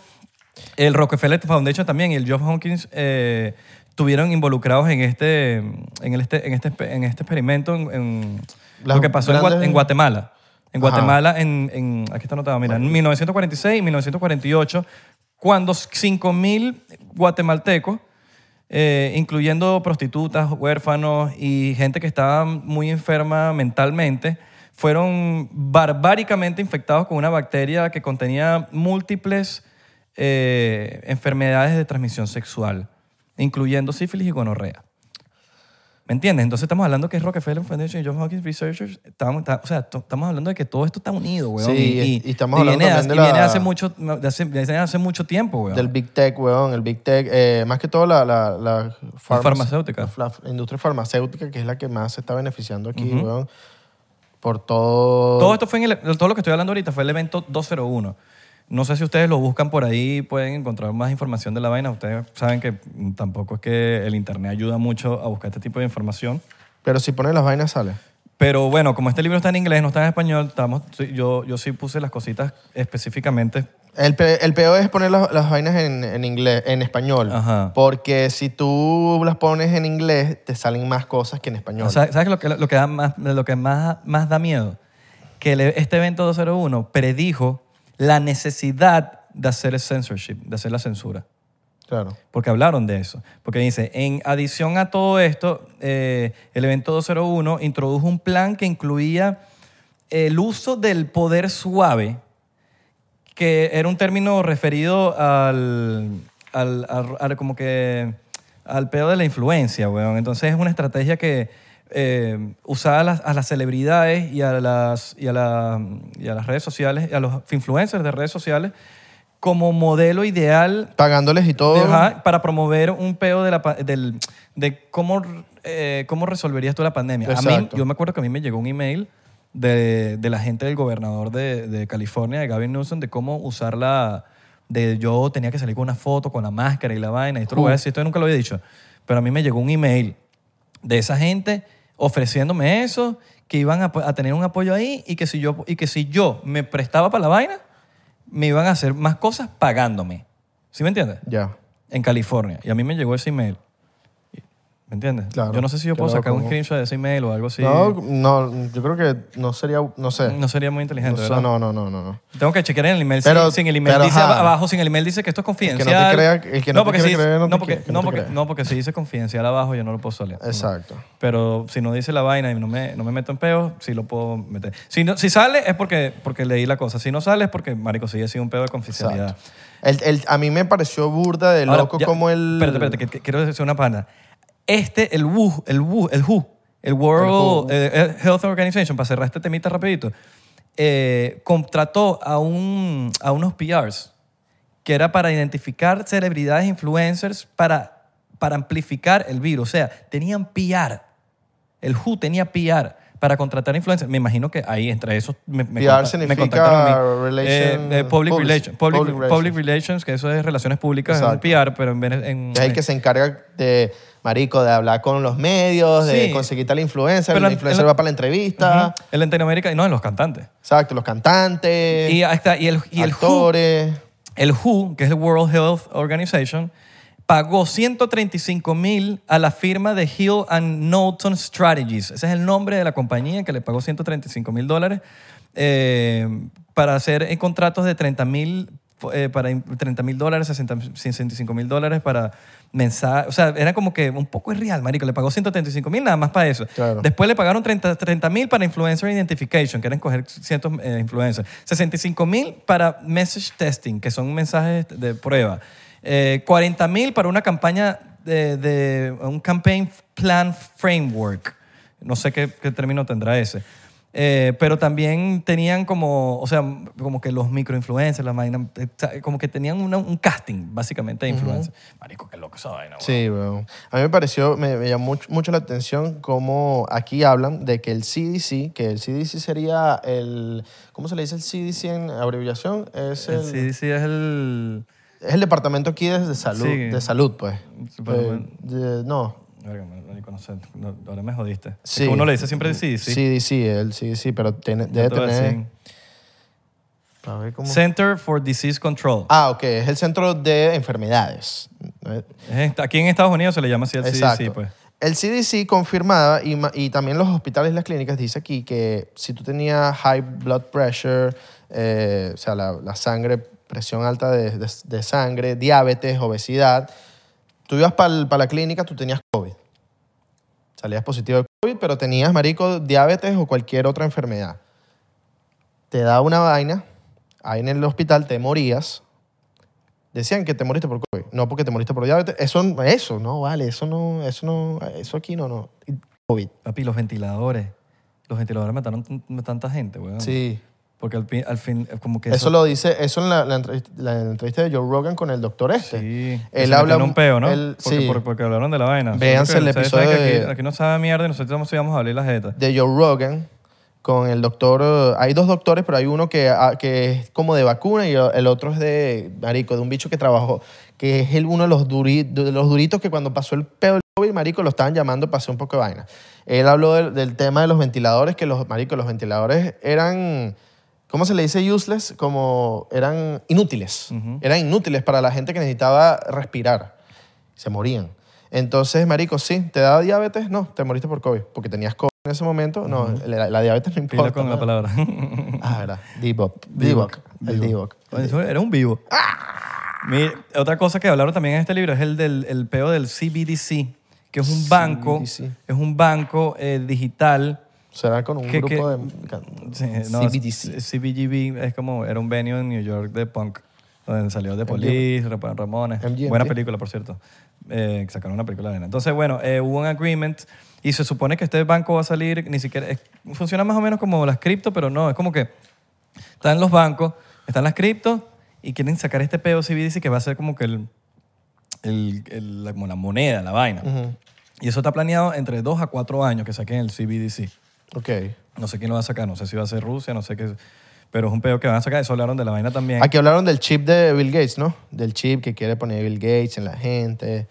S1: El Rockefeller Foundation también y el John Hopkins eh, estuvieron involucrados en este, en el este, en este, exper- en este experimento, en, en
S2: Las
S1: lo que pasó en Gua-
S2: grandes-
S1: en Guatemala. En
S2: Ajá.
S1: Guatemala, en, en- aquí está anotado, mira, en 1946 y 1948, cuando 5.000 guatemaltecos, eh, incluyendo prostitutas, huérfanos y gente que estaba muy enferma mentalmente, fueron barbáricamente infectados con una bacteria que contenía múltiples eh, enfermedades de transmisión sexual, incluyendo sífilis y gonorrea. ¿Me entiendes? Entonces estamos hablando que es Rockefeller Foundation y John Hopkins Researchers. Estamos, ta- o sea, to- estamos hablando de que todo esto está unido, weón.
S2: Sí, y estamos hablando
S1: viene,
S2: también de
S1: y viene
S2: la-
S1: hace mucho, de hace, desde hace mucho tiempo, weón.
S2: Del Big Tech, weón, el Big Tech, eh, más que todo la, la, la farmac-
S1: farmacéutica.
S2: La f- industria farmacéutica, que es la que más se está beneficiando aquí, weón, por todo...
S1: Todo esto fue en el- todo lo que estoy hablando ahorita fue el evento 201. No sé si ustedes lo buscan por ahí, pueden encontrar más información de la vaina. Ustedes saben que mm, tampoco es que el internet ayuda mucho a buscar este tipo de información.
S2: Pero si pones las vainas, sale.
S1: Pero bueno, como este libro está en inglés, no está en español, estamos, yo, yo sí puse las cositas específicamente.
S2: El, pe- el peor es poner las, las vainas en, en inglés, en español.
S1: Ajá.
S2: Porque si tú las pones en inglés, te salen más cosas que en español.
S1: O sea, ¿Sabes lo que, lo que, da más, lo que más, más da miedo? Que le- este evento 201 predijo la necesidad de hacer el censorship, de hacer la censura.
S2: claro.
S1: Porque hablaron de eso. Porque dice, en adición a todo esto, eh, el evento 201 introdujo un plan que incluía el uso del poder suave, que era un término referido al, al, al- al- como que al pedo de la influencia, weón. Entonces es una estrategia que eh, usaba a las, a las celebridades y a las, y, a la- y a las redes sociales, y a los influencers de redes sociales, como modelo ideal
S2: Pagándoles y todo.
S1: de- ajá, para promover un peo de, la, pa- del, de cómo, eh, cómo resolverías tú la pandemia. A mí,
S2: Exacto.
S1: yo me acuerdo que a mí me llegó un email de, de la gente del gobernador de, de California, de Gavin Newsom, de cómo usar la... De yo tenía que salir con una foto, con la máscara y la vaina. Y esto lo voy a decir, esto nunca lo había dicho. Pero a mí me llegó un email de esa gente ofreciéndome eso, que iban a, a tener un apoyo ahí y que, si yo, y que si yo me prestaba para la vaina, me iban a hacer más cosas pagándome. ¿Sí me entiendes?
S2: Ya.
S1: En California. Y a mí me llegó ese email. ¿Me entiendes?
S2: Claro,
S1: yo no sé si yo puedo
S2: claro,
S1: sacar un
S2: como-
S1: screenshot de ese email o algo así.
S2: No,
S1: No,
S2: no, yo creo que no sería, no sé. No,
S1: sería muy inteligente,
S2: sé,
S1: ¿verdad?
S2: no, no, no, no.
S1: Tengo que chequear en el email.
S2: Pero-
S1: sin, sin el email
S2: pero,
S1: dice
S2: ajá.
S1: abajo, sin el email dice que esto es confidencial.
S2: crea- el que no te
S1: porque
S2: quiere
S1: si-
S2: creer, no te
S1: no, porque,
S2: quiere- que
S1: no,
S2: no te
S1: porque,
S2: crea.
S1: no, porque si dice confidencial abajo, yo no lo puedo solear.
S2: Exacto.
S1: Pero si no dice la vaina y no me, no me meto en peo, sí lo puedo meter. Si, no, si sale es porque, porque leí la cosa. Si no sale es porque, marico, sigue siendo un peo de confidencialidad.
S2: Exacto. El- el- a mí me pareció burda de
S1: Ahora,
S2: loco
S1: ya-
S2: como el...
S1: Espérate, espérate, que, que quiero decir una pana. Este, el WHO, el WHO, el, WHO, el World eh, eh, Health Organization, para cerrar este temita rapidito, eh, contrató a, un, a unos PRs que era para identificar celebridades influencers para, para amplificar el virus. O sea, tenían PR. El WHO tenía PR para contratar influencers. Me imagino que ahí, entre esos, me, me,
S2: PR significa
S1: contactaron a mí.
S2: relation-
S1: Eh, eh, public,
S2: public-
S1: relations, public,
S2: public relations.
S1: public relations, que eso es relaciones públicas, es un
S2: Exacto.
S1: PR, pero en, Vene- en-
S2: Es el que se encarga de, marico, de hablar con los medios,
S1: Sí.
S2: de conseguir tal influencer,
S1: Pero
S2: la
S1: en-
S2: influencer
S1: en la-
S2: va para la entrevista,
S1: Ujú. en Latinoamérica y no en los cantantes.
S2: exacto, los cantantes,
S1: Y, ahí está, y el, y el WHO,
S2: Eh, actores.
S1: el WHO, que es el World Health Organization, pagó 135 mil a la firma de Hill and Knowlton Strategies. Ese es el nombre de la compañía que le pagó 135 mil dólares eh, para hacer eh, contratos de 30 mil eh, para in- 30 mil dólares, 60 65 mil dólares para mensajes. O sea, era como que un poco es real, marico. Le pagó 135 mil nada más para eso.
S2: Claro.
S1: Después le pagaron 30 mil para influencer identification, que eran coger cientos eh, influencers. 65 mil para message testing, que son mensajes de prueba. Eh, 40 mil para una campaña de, de- un campaign plan framework. No sé qué, qué término tendrá ese. Eh, pero también tenían como, o sea, como que los microinfluencers, la vaina, eh, ta- como que tenían una- un casting, básicamente, de influencers. Marico, qué loco esa vaina, güey.
S2: Sí, weón. A mí me pareció, me, me llamó mucho, mucho la atención cómo aquí hablan de que el CDC, que el CDC sería el, ¿cómo se le dice el CDC en abreviación? Es el,
S1: El CDC es el...
S2: es el departamento aquí de, de salud,
S1: Sí.
S2: de salud, pues.
S1: Pero,
S2: Eh,
S1: bueno.
S2: de- no,
S1: Verga, me- marico, no sé, no, ahora me jodiste. Es
S2: Sí.
S1: que uno le dice siempre sí, sí.
S2: CDC, el CDC, pero tiene-
S1: Yo
S2: debe
S1: te voy a
S2: tener...
S1: decir.
S2: a ver cómo-
S1: Center for Disease Control.
S2: Ah, ok, es el centro de enfermedades. Eh,
S1: Es esta- Aquí en Estados Unidos se le llama así al CDC, pues.
S2: El CDC confirmaba y, ma- y también los hospitales y las clínicas dice aquí que si tú tenías high blood pressure, eh, o sea, la, la sangre, presión alta de, de- de sangre, diabetes, obesidad, tú ibas para la clínica, tú tenías COVID. Salías positivo de COVID, pero tenías, marico, diabetes o cualquier otra enfermedad. Te da una vaina, ahí en el hospital te morías, decían que te moriste por COVID, no porque te moriste por diabetes. Eso, eso no vale, eso no, eso no, eso aquí no, no. Y COVID.
S1: Papi, los ventiladores. Los ventiladores mataron t- tanta gente, weón.
S2: Sí.
S1: Porque al, pi- al fin, eh, como que.
S2: Eso lo dice, eso en la, la entrevista, la entrevista de Joe Rogan con el doctor este.
S1: Sí.
S2: Él
S1: Él
S2: habla
S1: habla. un
S2: un-
S1: peo, ¿no?
S2: él-
S1: porque,
S2: sí.
S1: por- porque hablaron de la vaina.
S2: Véanse
S1: Solo que
S2: el
S1: ustedes saben
S2: episodio
S1: que aquí,
S2: de-
S1: aquí no sabe mierda y nosotros sí vamos a abrir la jeta.
S2: De Joe Rogan con el doctor. eh, Hay dos doctores, pero hay uno que, ah, que es como de vacuna y el otro es de, marico, de un bicho que trabajó, que es el, uno de los, duri- de los duritos que cuando pasó el peo del COVID, marico, lo estaban llamando para hacer un poco de vaina. Él habló del, del tema de los ventiladores, que los, marico, los ventiladores eran... ¿Cómo se le dice useless? Como eran inútiles. Eran inútiles para la gente que necesitaba respirar. Se morían. Entonces, marico, sí, ¿te da diabetes? No, te moriste por COVID. Porque tenías COVID en ese momento. No, la, la diabetes no
S1: Pila
S2: importa.
S1: con la
S2: ¿no?
S1: palabra. [laughs]
S2: Ah, verdad. Divoc. Divoc. El Divoc.
S1: Coño, eso Era un vivo. Mi- otra cosa que hablaron también en este libro es el del el peo del CBDC, que es un banco,
S2: CBDC.
S1: es un banco eh, digital.
S2: Será con un
S1: ¿Qué-
S2: grupo
S1: qué?
S2: de...
S1: Sí, no,
S2: CBDC.
S1: es- CBGB es como era un venue en New York de punk donde salió The Police, Ra- Ramones.
S2: MGMT.
S1: Buena película, por cierto. Eh, sacaron una película de arena. Entonces, bueno, eh, hubo un agreement y se supone que este banco va a salir, ni siquiera, es- funciona más o menos como las cripto, pero no, es como que están los bancos, están las criptos y quieren sacar este peo CBDC que va a ser como que el, el- el- la, como la moneda, la vaina.
S2: Ujú.
S1: Y eso está planeado entre dos a cuatro años que saquen el CBDC.
S2: Ok.
S1: No sé quién lo va a sacar, no sé si va a ser Rusia, no sé qué. Pero es un peo que van a sacar. Eso hablaron de la vaina también.
S2: Aquí hablaron del chip de Bill Gates, ¿no? Del chip que quiere poner Bill Gates en la gente.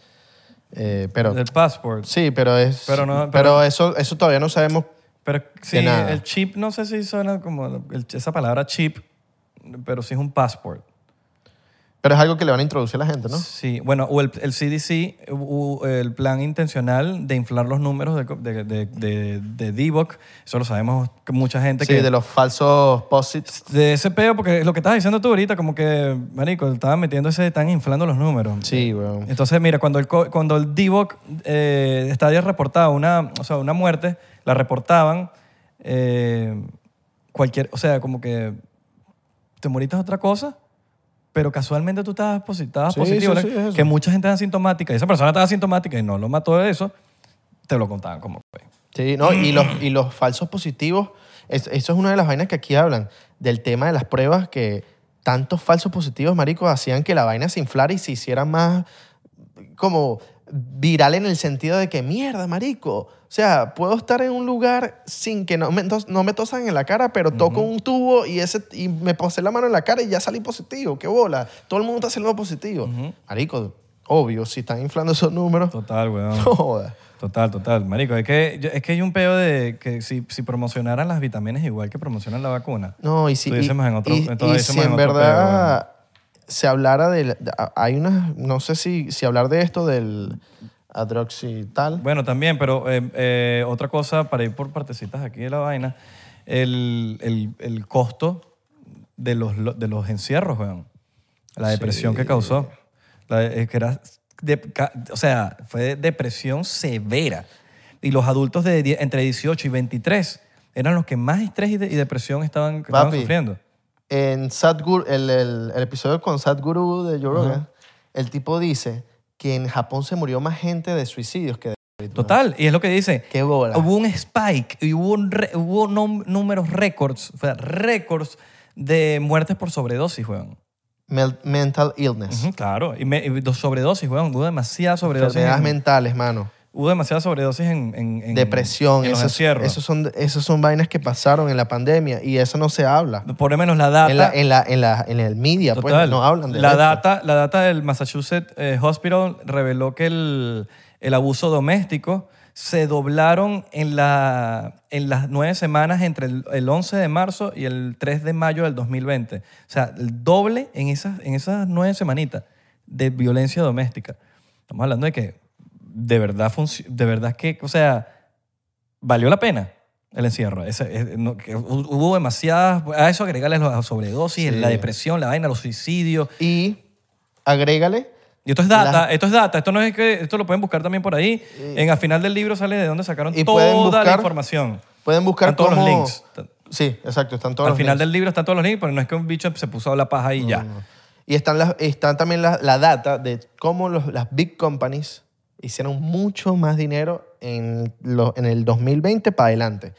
S2: Eh, pero
S1: Del passport.
S2: sí, pero es.
S1: Pero no-
S2: pero,
S1: pero-
S2: eso, eso todavía no sabemos.
S1: Pero sí,
S2: De nada.
S1: el chip, no sé si suena como el- esa palabra chip, pero sí es un passport.
S2: Pero es algo que le van a introducir a la gente, ¿no?
S1: Sí, bueno, o el, el CDC, u- el plan intencional de inflar los números de, co- de, de, de, de DBOC, eso lo sabemos que mucha gente
S2: Sí,
S1: que...
S2: de los falsos posits.
S1: de ese peo, porque es lo que estabas diciendo tú ahorita, como que, marico, estaban metiendo ese, están inflando los números.
S2: Sí, weón.
S1: Entonces, mira, cuando el, co- cuando el DBOC eh, está ya reportado una, o sea, una muerte, la reportaban eh, cualquier, o sea, como que te moriste de otra cosa, pero casualmente tú estabas, posi- estabas
S2: Sí,
S1: positivo,
S2: sí,
S1: ¿verdad?
S2: sí, es eso.
S1: que mucha gente es asintomática, y esa persona estaba asintomática y no lo mató de eso, te lo contaban como que.
S2: Sí, no, y los, y los falsos positivos, es- eso es una de las vainas que aquí hablan, del tema de las pruebas que tantos falsos positivos, marico, hacían que la vaina se inflara y se hiciera más como viral en el sentido de que, mierda, marico, o sea, puedo estar en un lugar sin que no me, tos- no me tosan en la cara, pero toco un tubo y, ese, y me posé la mano en la cara y ya salí positivo, qué bola, todo el mundo está haciendo positivo. Marico, obvio, si están inflando esos números,
S1: Total, weón.
S2: no jodas.
S1: Total, total, marico. Es que, yo- es que hay un peo de que si, si promocionaran las vitaminas igual que promocionan la vacuna.
S2: No, y si, y,
S1: Estuviésemos en otro-
S2: y-
S1: entonces
S2: y
S1: estuviésemos
S2: si en,
S1: en otro
S2: verdad se hablara de, la- de- a- Hay unas... No sé si, si hablar de esto del adroxy tal.
S1: Bueno, también, pero eh, eh, otra cosa, para ir por partecitas aquí de la vaina, el, el- el costo de los, lo- de los encierros, weón. La depresión que causó. La- eh, que era de- ca- o sea, fue depresión severa. Y los adultos de die- entre 18 y 23 eran los que más estrés y, de- y depresión estaban, estaban
S2: Papi.
S1: sufriendo.
S2: En Sadhguru, el, el, el episodio con Sadhguru de Joe Rogan, el tipo dice que en Japón se murió más gente de suicidios que de...
S1: Total, y es lo que dice.
S2: ¡Qué bola!
S1: Hubo un spike y hubo, un re- hubo nom- números récords, o sea, récords de muertes por sobredosis, weón.
S2: Mel- mental illness.
S1: Ujú, claro, y, me, y dos sobredosis, weón. Hubo demasiada sobredosis.
S2: Enfermedades
S1: en-
S2: mentales, mano.
S1: hubo demasiada sobredosis en, en- en-
S2: Depresión.
S1: en los
S2: Esas,
S1: encierros.
S2: esos son, esos son vainas que pasaron en la pandemia y eso no se habla.
S1: Por lo menos la data.
S2: en, la, en, la, en, la, en el media,
S1: Total.
S2: pues no hablan de
S1: la
S2: eso.
S1: data La data del Massachusetts eh, Hospital reveló que el, el abuso doméstico se doblaron en, la, en las nueve semanas entre el, el 11 de marzo y el 3 de mayo del 2020. O sea, el doble en esas, en esas nueve semanitas de violencia doméstica. Estamos hablando de que de verdad, funci- de verdad que, o sea, valió la pena el encierro. Ese- es- no, que hu- hubo demasiadas... A eso agregarle las sobredosis,
S2: Sí.
S1: la depresión, la vaina, los suicidios.
S2: Y agrégale,
S1: Y esto es data,
S2: La-
S1: esto es data. Esto no es que... Esto lo pueden buscar también por ahí. En al final del libro sale de dónde sacaron
S2: Y pueden
S1: toda la
S2: buscar-
S1: información.
S2: pueden buscar
S1: Están todos
S2: cómo-
S1: los links.
S2: Sí, exacto, están todos
S1: al
S2: los
S1: final
S2: links. Mm.
S1: del libro están todos los links, pero no es que un bicho se puso a la paja y ya.
S2: Y están, las, están también la, la data de cómo los, las big companies hicieron mucho más dinero en, lo- en el 2020 para adelante.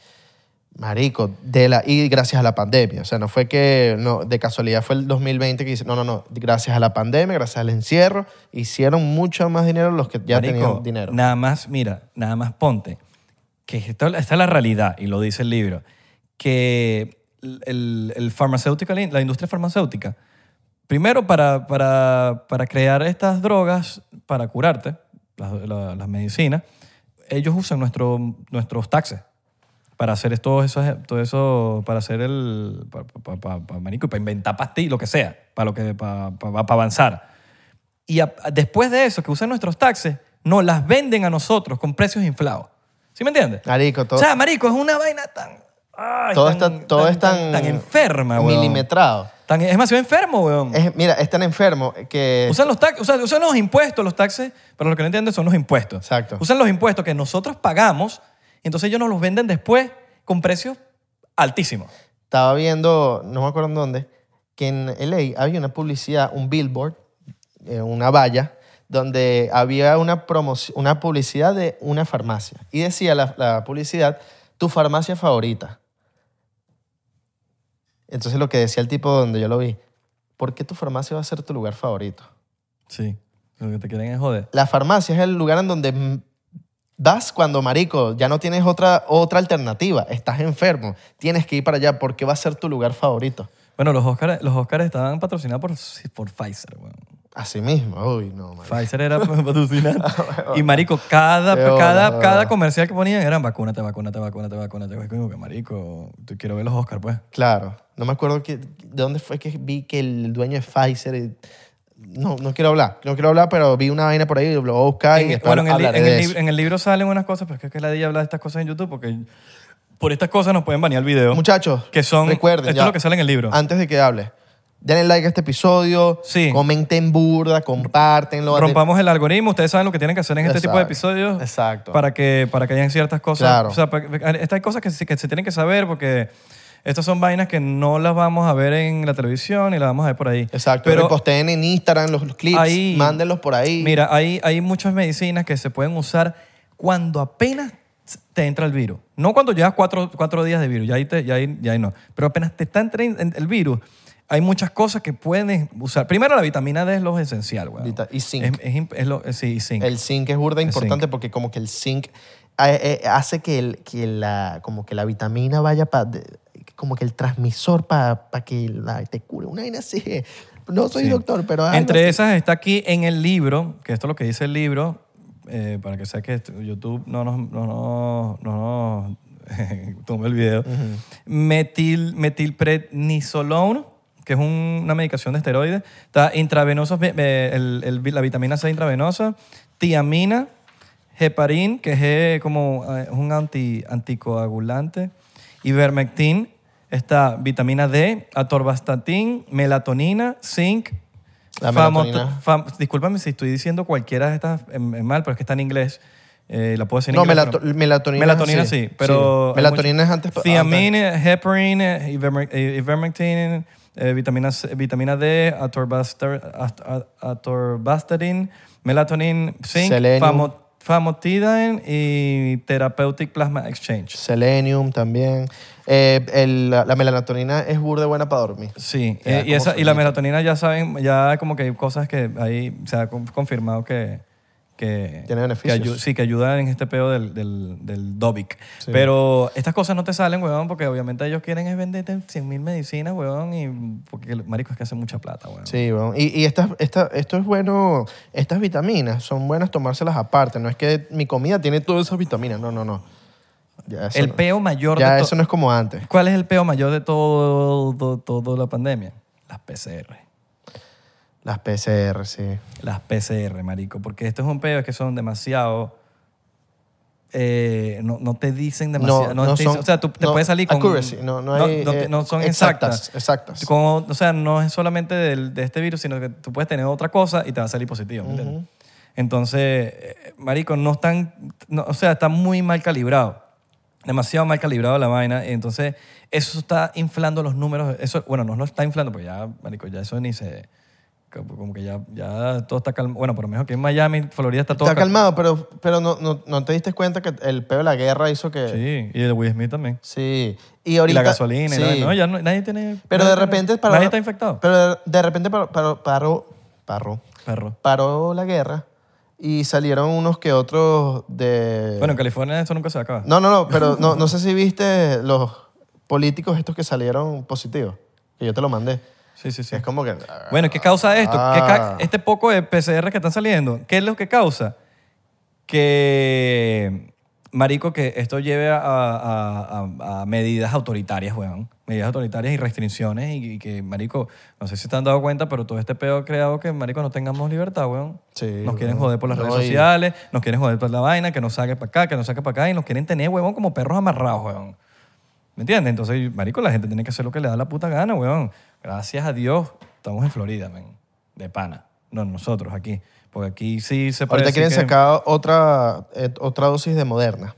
S2: Marico, de la, y gracias a la pandemia. O sea, no fue que no, de casualidad fue el 2020 que dice, no, no, no, gracias a la pandemia, gracias al encierro, hicieron mucho más dinero los que ya
S1: Marico,
S2: tenían dinero.
S1: Nada más, mira, nada más ponte. Que esto- esta es la realidad, y lo dice el libro, que el, el- el pharmaceutical in- la industria farmacéutica, primero para, para- para crear estas drogas, para curarte, las, la- las medicinas, ellos usan nuestro, nuestros taxes para hacer todo eso, todo eso para hacer el para, para, inventar pastillas lo que sea para lo que para, para- para avanzar y a- a- después de eso que usan nuestros taxes no las venden a nosotros con precios inflados ¿sí me entiendes?
S2: Marico, Ah, todo,
S1: o sea marico es una vaina tan ay,
S2: todo,
S1: tan,
S2: está, todo
S1: tan,
S2: es tan,
S1: tan- tan enferma weón.
S2: Milimetrado.
S1: Tan- es demasiado enfermo weón
S2: Es- mira, es tan enfermo que.
S1: Usan los, tax- usan, usan los impuestos, los taxes, para los que no entienden son los impuestos.
S2: Exacto.
S1: Usan los impuestos que nosotros pagamos, entonces ellos nos los venden después con precios altísimos.
S2: Estaba viendo, no me acuerdo en dónde, que en LA había una publicidad, un billboard, eh, una valla, donde había una, promoci- una publicidad de una farmacia. Y decía la, la publicidad, tu farmacia favorita. Entonces lo que decía el tipo donde yo lo vi, ¿por qué tu farmacia va a ser tu lugar favorito?
S1: Sí. Lo que te quieren es joder.
S2: La farmacia es el lugar en donde mm, vas cuando, marico, ya no tienes otra, otra alternativa. Estás enfermo. Tienes que ir para allá. ¿Por qué va a ser tu lugar favorito?
S1: Bueno, los Oscars los Oscars estaban patrocinados por, por Pfizer, weón.
S2: Así mismo. Uy, no, marico.
S1: Pfizer era [laughs] patrocinante. y marico, cada,
S2: Ah, Qué bola,
S1: cada,
S2: qué
S1: cada
S2: bola.
S1: comercial que ponían eran vacúnate, vacúnate, vacúnate, vacúnate. Es como que marico, te quiero ver los Oscars, pues.
S2: Claro. No me acuerdo que- de dónde fue que vi que el dueño de Pfizer... eh, No, no quiero hablar. No quiero hablar, pero vi una vaina por ahí, lo voy a buscar y
S1: En-
S2: después
S1: bueno, en el, li-
S2: hablaré
S1: en
S2: de
S1: el
S2: eso.
S1: libro, en el libro salen unas cosas, pero es que- que la de habla de estas cosas en YouTube porque por estas cosas nos pueden banear el video.
S2: Muchachos,
S1: que son,
S2: recuerden,
S1: esto
S2: ya,
S1: es lo que sale en el libro.
S2: antes de que hable, denle like a este episodio,
S1: Sí.
S2: comenten burda, compártenlo.
S1: Rompamos el algoritmo, ustedes saben lo que tienen que hacer en este tipo de
S2: Exacto,
S1: episodios
S2: exacto.
S1: para que, para que hayan ciertas cosas.
S2: Claro.
S1: O sea, para que- estas hay cosas que, sí- que se tienen que saber porque estas son vainas que no las vamos a ver en la televisión y las vamos a ver por ahí.
S2: Exacto, pero
S1: Pero
S2: posteen en Instagram los, los clips,
S1: Ahí-
S2: mándenlos por ahí.
S1: mira, hay, hay muchas medicinas que se pueden usar cuando apenas te entra el virus. No cuando llevas cuatro, cuatro días de virus, ya ahí, te- ya ahí- ya ahí no. Pero apenas te está entrando el virus, hay muchas cosas que puedes usar. Primero, la vitamina D es lo esencial, güey.
S2: Vita- y zinc.
S1: Es, es imp- es lo, sí, y zinc.
S2: el zinc es burda
S1: zinc.
S2: importante porque como que el zinc eh, eh, hace que, el- que la, como que la vitamina vaya para... Como que el transmisor para que la, te cure una vaina así. No soy
S1: Sí.
S2: doctor, pero... ah, algo
S1: Entre
S2: así.
S1: esas está aquí en el libro, que esto es lo que dice el libro, eh, para que sea que esto- YouTube no nos, no, nos- no nos [laughs] tome el video. Metil, metilprednisolone, que es un- una medicación de esteroides. Está intravenosos, eh, el- el- la vitamina C intravenosa, tiamina, heparin, que es eh, como eh, un anti, anticoagulante, ivermectin, está vitamina D, atorvastatin, melatonina, zinc,
S2: La
S1: Famo-
S2: melatonina.
S1: fam- discúlpame si estoy diciendo cualquiera de estas em- em mal, pero es que está en inglés. Eh, la puedo decir en
S2: No,
S1: inglés.
S2: melato-
S1: pero-
S2: melatonina
S1: Melatonina sí,
S2: sí,
S1: pero...
S2: sí.
S1: hay mucho-
S2: Melatonina es antes-
S1: Thiamine, heparin, eh, iverme- eh, ivermectin, eh, vitamina, C- vitamina D, atorvaster- at- at- atorvastatin, melatonin, zinc,
S2: Selenium.
S1: famo- famotidine y therapeutic plasma exchange.
S2: Selenium también. Eh, el- la, la melatonina es burda buena para dormir.
S1: Sí,
S2: Te da
S1: eh, y,
S2: como
S1: esa, y la
S2: sueñito.
S1: melatonina ya saben, ya como que hay cosas que ahí se ha con- confirmado que... que
S2: Tiene beneficios.
S1: que ayu- sí, que ayudan en este pedo del, del, del Dovic.
S2: Sí.
S1: Pero estas cosas no te salen, weón, porque obviamente ellos quieren es venderte 100 mil medicinas, weón, y porque, marico, es que hace mucha plata, weón.
S2: Sí, weón. y, y estas- esta- esto es bueno, estas vitaminas son buenas tomárselas aparte, no es que mi comida tiene todas esas vitaminas, no, no, no. Ya eso
S1: El
S2: no-
S1: peo mayor
S2: ya
S1: de to-
S2: eso no es como antes.
S1: ¿Cuál es el peo mayor de todo, toda la pandemia? Las PCR.
S2: Las PCR, sí.
S1: Las PCR, marico, porque esto es un peo es que son demasiado... eh, no, no te dicen demasiado.
S2: No, no
S1: te
S2: son,
S1: dicen- o sea, tú te
S2: no,
S1: puedes salir con...
S2: accuracy, no, no hay,
S1: no te-
S2: eh,
S1: no son exactas.
S2: Exactas,
S1: Como- o sea, no es solamente del- de este virus, sino que tú puedes tener otra cosa y te va a salir positivo. ¿me entiendes? Entonces, eh, marico, no están, no, o sea, está muy mal calibrado. Demasiado mal calibrado la vaina. Entonces, eso está inflando los números. Eso, bueno, no lo está inflando, pues ya, marico, ya eso ni se... Como como que ya, ya todo está calmado. Bueno, por lo menos aquí en Miami, Florida está todo
S2: Está calmado, pero, pero no, no, no te diste cuenta que el peo de la guerra hizo que...
S1: Sí,
S2: Sí.
S1: y el Will Smith también.
S2: Y ahorita...
S1: y la gasolina. y la-
S2: sí.
S1: no, ya no- nadie tiene...
S2: Pero
S1: nadie
S2: de
S1: tiene-
S2: repente paró.
S1: Nadie está infectado.
S2: Pero de, de repente paró, paró, paró, paró,
S1: Perro.
S2: paró la guerra y salieron unos que otros de.
S1: Bueno, en California eso nunca se acaba.
S2: No, no, no, pero no, no sé si viste los políticos estos que salieron positivos, que yo te lo mandé.
S1: Sí, sí, sí.
S2: Es como que.
S1: Bueno, ¿qué causa esto? ¿Qué ca-
S2: Ah.
S1: este poco de PCR que están saliendo, ¿qué es lo que causa? Que, marico, que esto lleve a, a- a- a medidas autoritarias, weón. Medidas autoritarias y restricciones y, y que, marico, no sé si te han dado cuenta, pero todo este pedo ha creado que, marico, no tengamos libertad, weón.
S2: Sí,
S1: nos quieren
S2: weón.
S1: joder por las
S2: No,
S1: redes
S2: y-
S1: sociales, nos quieren joder por la vaina, que nos saque para acá, que nos saque para acá y nos quieren tener, weón, como perros amarrados, weón. ¿Me entiendes? Entonces, marico, la gente tiene que hacer lo que le da la puta gana, weón. Gracias a Dios, estamos en Florida, men. De pana. No, nosotros aquí. Porque aquí sí se puede
S2: Ahorita
S1: decir
S2: quieren
S1: que-
S2: sacar otra, eh, otra dosis de Moderna.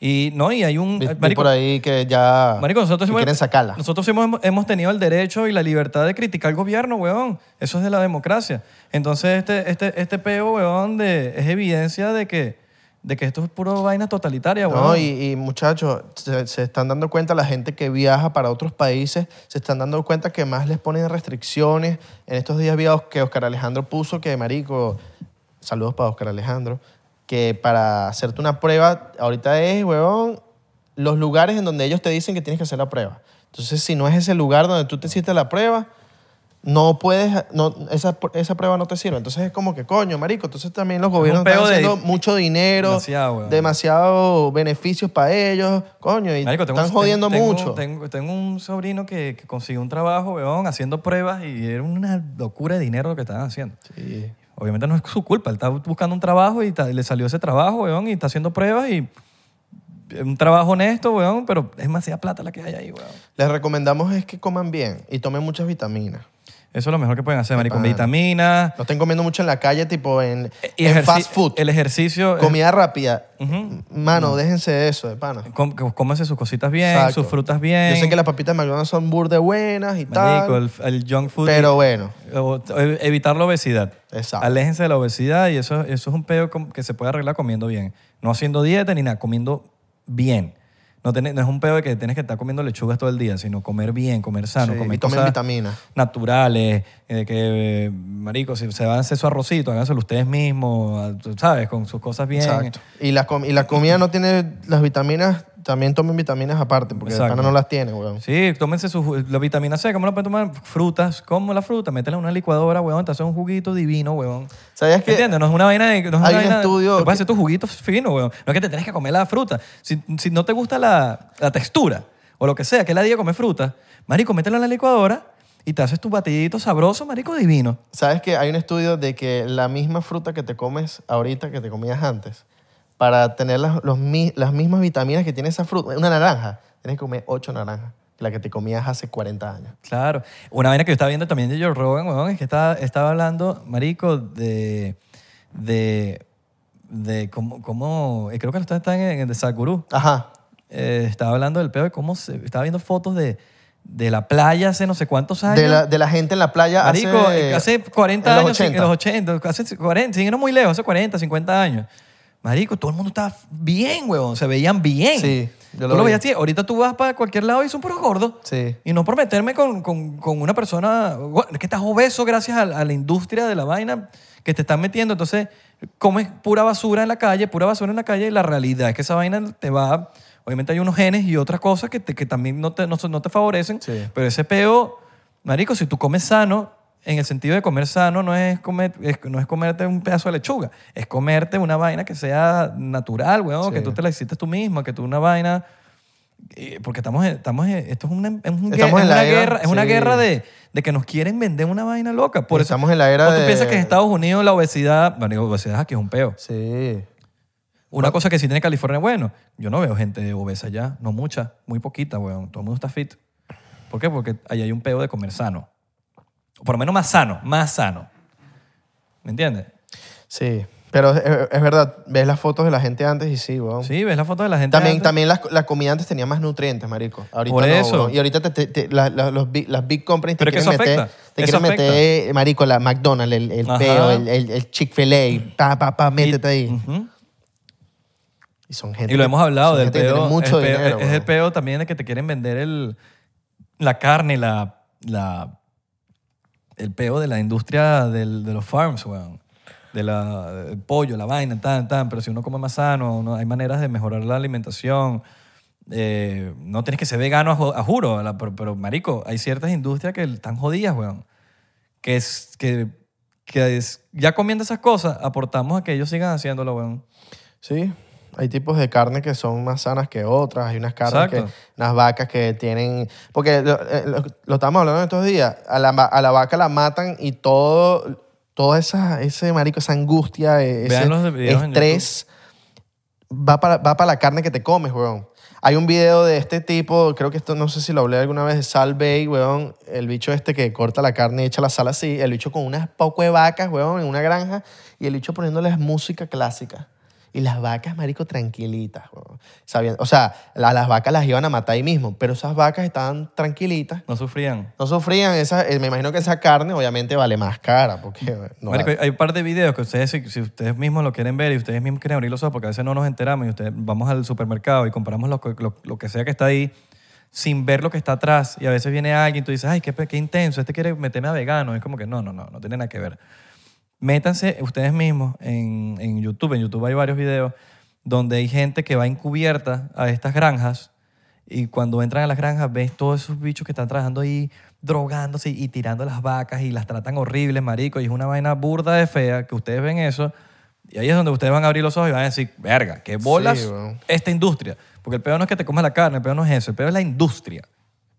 S1: Y no, y hay un... eh,
S2: Vi- vi
S1: Marico,
S2: por ahí que ya.
S1: marico, nosotros...
S2: que
S1: hemos-
S2: quieren sacarla.
S1: Nosotros hemos, hemos tenido el derecho y la libertad de criticar al gobierno, weón. Eso es de la democracia. Entonces, este, este, este peo, weón, de, es evidencia de que, de que esto es puro vaina totalitaria,
S2: No,
S1: weón.
S2: y, y, muchachos, se, se están dando cuenta la gente que viaja para otros países, se están dando cuenta que más les ponen restricciones. En estos días vi a Os- que Oscar Alejandro puso que, marico, saludos para Oscar Alejandro, que para hacerte una prueba, ahorita es, huevón, los lugares en donde ellos te dicen que tienes que hacer la prueba. Entonces, si no es ese lugar donde tú te hiciste la prueba, no puedes, no, esa, esa prueba no te sirve. Entonces es como que, coño, marico, entonces también los gobiernos están
S1: peo de-
S2: haciendo mucho dinero,
S1: Demasiado, weón.
S2: demasiados beneficios para ellos, coño, y
S1: Marico, tengo
S2: están
S1: un-
S2: jodiendo
S1: tengo-
S2: mucho.
S1: Tengo, tengo un sobrino que, que consiguió un trabajo, weón, haciendo pruebas y era una locura de dinero lo que estaban haciendo.
S2: Sí.
S1: Obviamente no es su culpa, él está buscando un trabajo y ta- le salió ese trabajo, weón, y está haciendo pruebas y es un trabajo honesto, weón, pero es demasiada plata la que hay ahí, weón.
S2: Les recomendamos es que coman bien y tomen muchas vitaminas.
S1: Eso es lo mejor que pueden hacer, marico.
S2: pana.
S1: Vitaminas.
S2: No estén comiendo mucho en la calle, tipo en,
S1: Eh, y
S2: en
S1: ejerci-
S2: fast food,
S1: El ejercicio. eh, Mm.
S2: comida rápida. Mano, déjense de eso, de pana.
S1: com- que cómanse sus cositas bien,
S2: Exacto.
S1: sus frutas bien.
S2: Yo sé que las papitas de McDonald's son burde buenas y
S1: Marico,
S2: tal,
S1: el, el junk food.
S2: pero bueno.
S1: o- o ev- evitar la obesidad.
S2: Exacto.
S1: Aléjense de la obesidad y eso, eso es un pedo com- que se puede arreglar comiendo bien. No haciendo dieta ni nada, comiendo bien. No, tiene- no es un pedo de que tienes que estar comiendo lechugas todo el día, sino comer bien, comer sano,
S2: Sí,
S1: comer
S2: y tomen
S1: cosas
S2: vitaminas.
S1: naturales, eh, que, eh, marico, si se van a hacer su arrocito, háganselo ustedes mismos, ah, tú ¿sabes? Con sus cosas bien.
S2: Exacto. Y la, com- y la comida no tiene las vitaminas, también tomen vitaminas aparte, porque de
S1: Exacto.
S2: pana no las tiene, weón.
S1: Sí, tómense su, la vitamina C, ¿cómo la pueden tomar? Frutas, como la fruta, métela en una licuadora, huevón, te hace un juguito divino, huevón.
S2: ¿Sabías que
S1: ¿Entiendes? No es una vaina de... No es una
S2: hay un
S1: vaina-
S2: estudio
S1: Te puedes
S2: que-
S1: hacer tus juguitos finos, huevón. No es que te tenés que comer la fruta. Si, si no te gusta la, la textura o lo que sea, que la día come fruta, marico, métela en la licuadora y te haces tu batidito sabroso, marico, divino.
S2: sabes que hay un estudio de que la misma fruta que te comes ahorita que te comías antes, para tener las, los mi- las mismas vitaminas que tiene esa fruta, una naranja, tienes que comer ocho naranjas, la que te comías hace 40 años.
S1: Claro. Una vaina que yo estaba viendo también de Joe Rogan, weón, es que estaba, estaba hablando, marico, de... de de cómo, cómo eh, creo que lo están están en, en The Sakuru
S2: Ajá.
S1: eh, estaba hablando del peo de cómo se, estaba viendo fotos de, de la playa hace no sé cuántos años.
S2: De la, de la gente en la playa
S1: Marico, eh,
S2: hace,
S1: hace, 40
S2: en los
S1: años, sí,
S2: 80.
S1: en los 80, hace 40, sí, no muy lejos, hace 40, 50 años. Marico, todo el mundo estaba bien, huevón, se veían bien.
S2: Sí, yo lo
S1: tú lo
S2: vi.
S1: veías así, ahorita tú vas para cualquier lado y son puros gordos.
S2: Sí.
S1: Y no por meterme con, con- con una persona, bueno, es que estás obeso gracias a, a la industria de la vaina que te están metiendo, entonces comes pura basura en la calle, pura basura en la calle y la realidad es que esa vaina te va, obviamente hay unos genes y otras cosas que, te- que también no te, no, son- no te favorecen,
S2: Sí.
S1: pero ese peo, marico, si tú comes sano, en el sentido de comer sano, no es, comer, es- no es comerte un pedazo de lechuga, es comerte una vaina que sea natural, weón,
S2: Sí.
S1: que tú te la hiciste tú mismo, que tú una vaina... eh, Porque estamos, en- estamos en- esto es una, es un guer-
S2: Estamos en
S1: es
S2: la
S1: una
S2: era,
S1: guerra, es una
S2: sí.
S1: guerra de, de que nos quieren vender una vaina loca. Por eso-
S2: Estamos en la era
S1: ¿O tú
S2: de-
S1: piensas que en Estados Unidos la obesidad, bueno, digo, obesidad aquí es un peo.
S2: Sí.
S1: Una cosa que sí tiene California, bueno, yo no veo gente obesa ya, no mucha, muy poquita, weón. Todo el mundo está fit. ¿Por qué? Porque ahí hay un peo de comer sano. O por lo menos más sano, más sano. ¿Me entiendes?
S2: Sí. Pero es, es verdad, ves las fotos de la gente antes y sí, weón.
S1: Sí, ves la foto de la gente.
S2: También,
S1: antes?
S2: también las- la comida antes tenía más nutrientes, marico. Ahorita
S1: Por
S2: no,
S1: eso.
S2: weón. y ahorita te- te- te- la- la- los big- las big companies te
S1: Pero es que
S2: quieren
S1: eso
S2: meter,
S1: afecta.
S2: te
S1: Eso
S2: quieren meter, marico, la McDonald's, el, el
S1: Ajá.
S2: peo, el, el- el Chick-fil-A, pa, pa, pa, métete ahí.
S1: Ujú.
S2: Y son gente
S1: Y lo
S2: que-
S1: hemos hablado
S2: son
S1: del
S2: gente que tiene
S1: peo.
S2: mucho
S1: el peo-
S2: dinero,
S1: es
S2: weón.
S1: el peo también de que te quieren vender el, la carne, la, la, el peo de la industria del- de los farms, weón. De la, del pollo, la vaina, tan, tan. Pero si uno come más sano, uno- hay maneras de mejorar la alimentación. Eh, no tienes que ser vegano, a, ju- a juro. la- pero, pero, marico, hay ciertas industrias que están jodidas, weón. Que, es, que, que es- ya comiendo esas cosas, aportamos a que ellos sigan haciéndolo, weón.
S2: Sí, hay tipos de carne que son más sanas que otras, hay unas carnes
S1: Exacto.
S2: que, unas vacas que tienen, porque lo, eh, lo- lo estábamos hablando en estos días, a la, ma- a la vaca la matan y todo, toda esa, ese marico, esa angustia, eh, ese
S1: Vean los videos en
S2: estrés va para, va para la carne que te comes, weón. Hay un video de este tipo, creo que esto no sé si lo hablé alguna vez, de Sal Bay, weón, el bicho este que corta la carne y echa la sal así, el bicho con unas poco de vacas, weón, en una granja, y el bicho poniéndoles música clásica. Y las vacas, marico, tranquilitas. weón. Sabiendo, o sea, la- las vacas las iban a matar ahí mismo, pero esas vacas estaban tranquilitas.
S1: No sufrían.
S2: No sufrían, esa, eh, me imagino que esa carne obviamente vale más cara, porque no
S1: Marico,
S2: vale.
S1: hay un par de videos que ustedes, si, si ustedes mismos lo quieren ver y ustedes mismos quieren abrir los ojos, porque a veces no nos enteramos y ustedes vamos al supermercado y compramos lo, que- lo- lo que sea que está ahí sin ver lo que está atrás. Y a veces viene alguien y tú dices, ay, qué, pe- qué intenso, este quiere meterme a vegano. Es como que no, no, no, no tiene nada que ver. Métanse ustedes mismos en, en YouTube. En YouTube hay varios videos donde hay gente que va encubierta a estas granjas y cuando entran a las granjas ves todos esos bichos que están trabajando ahí drogándose y tirando las vacas y las tratan horribles, marico. Y es una vaina burda de fea que ustedes ven eso. Y ahí es donde ustedes van a abrir los ojos y van a decir, verga, qué bolas
S2: Sí, weón.
S1: esta industria. Porque el peor no es que te comas la carne, el peor no es eso, el peor es la industria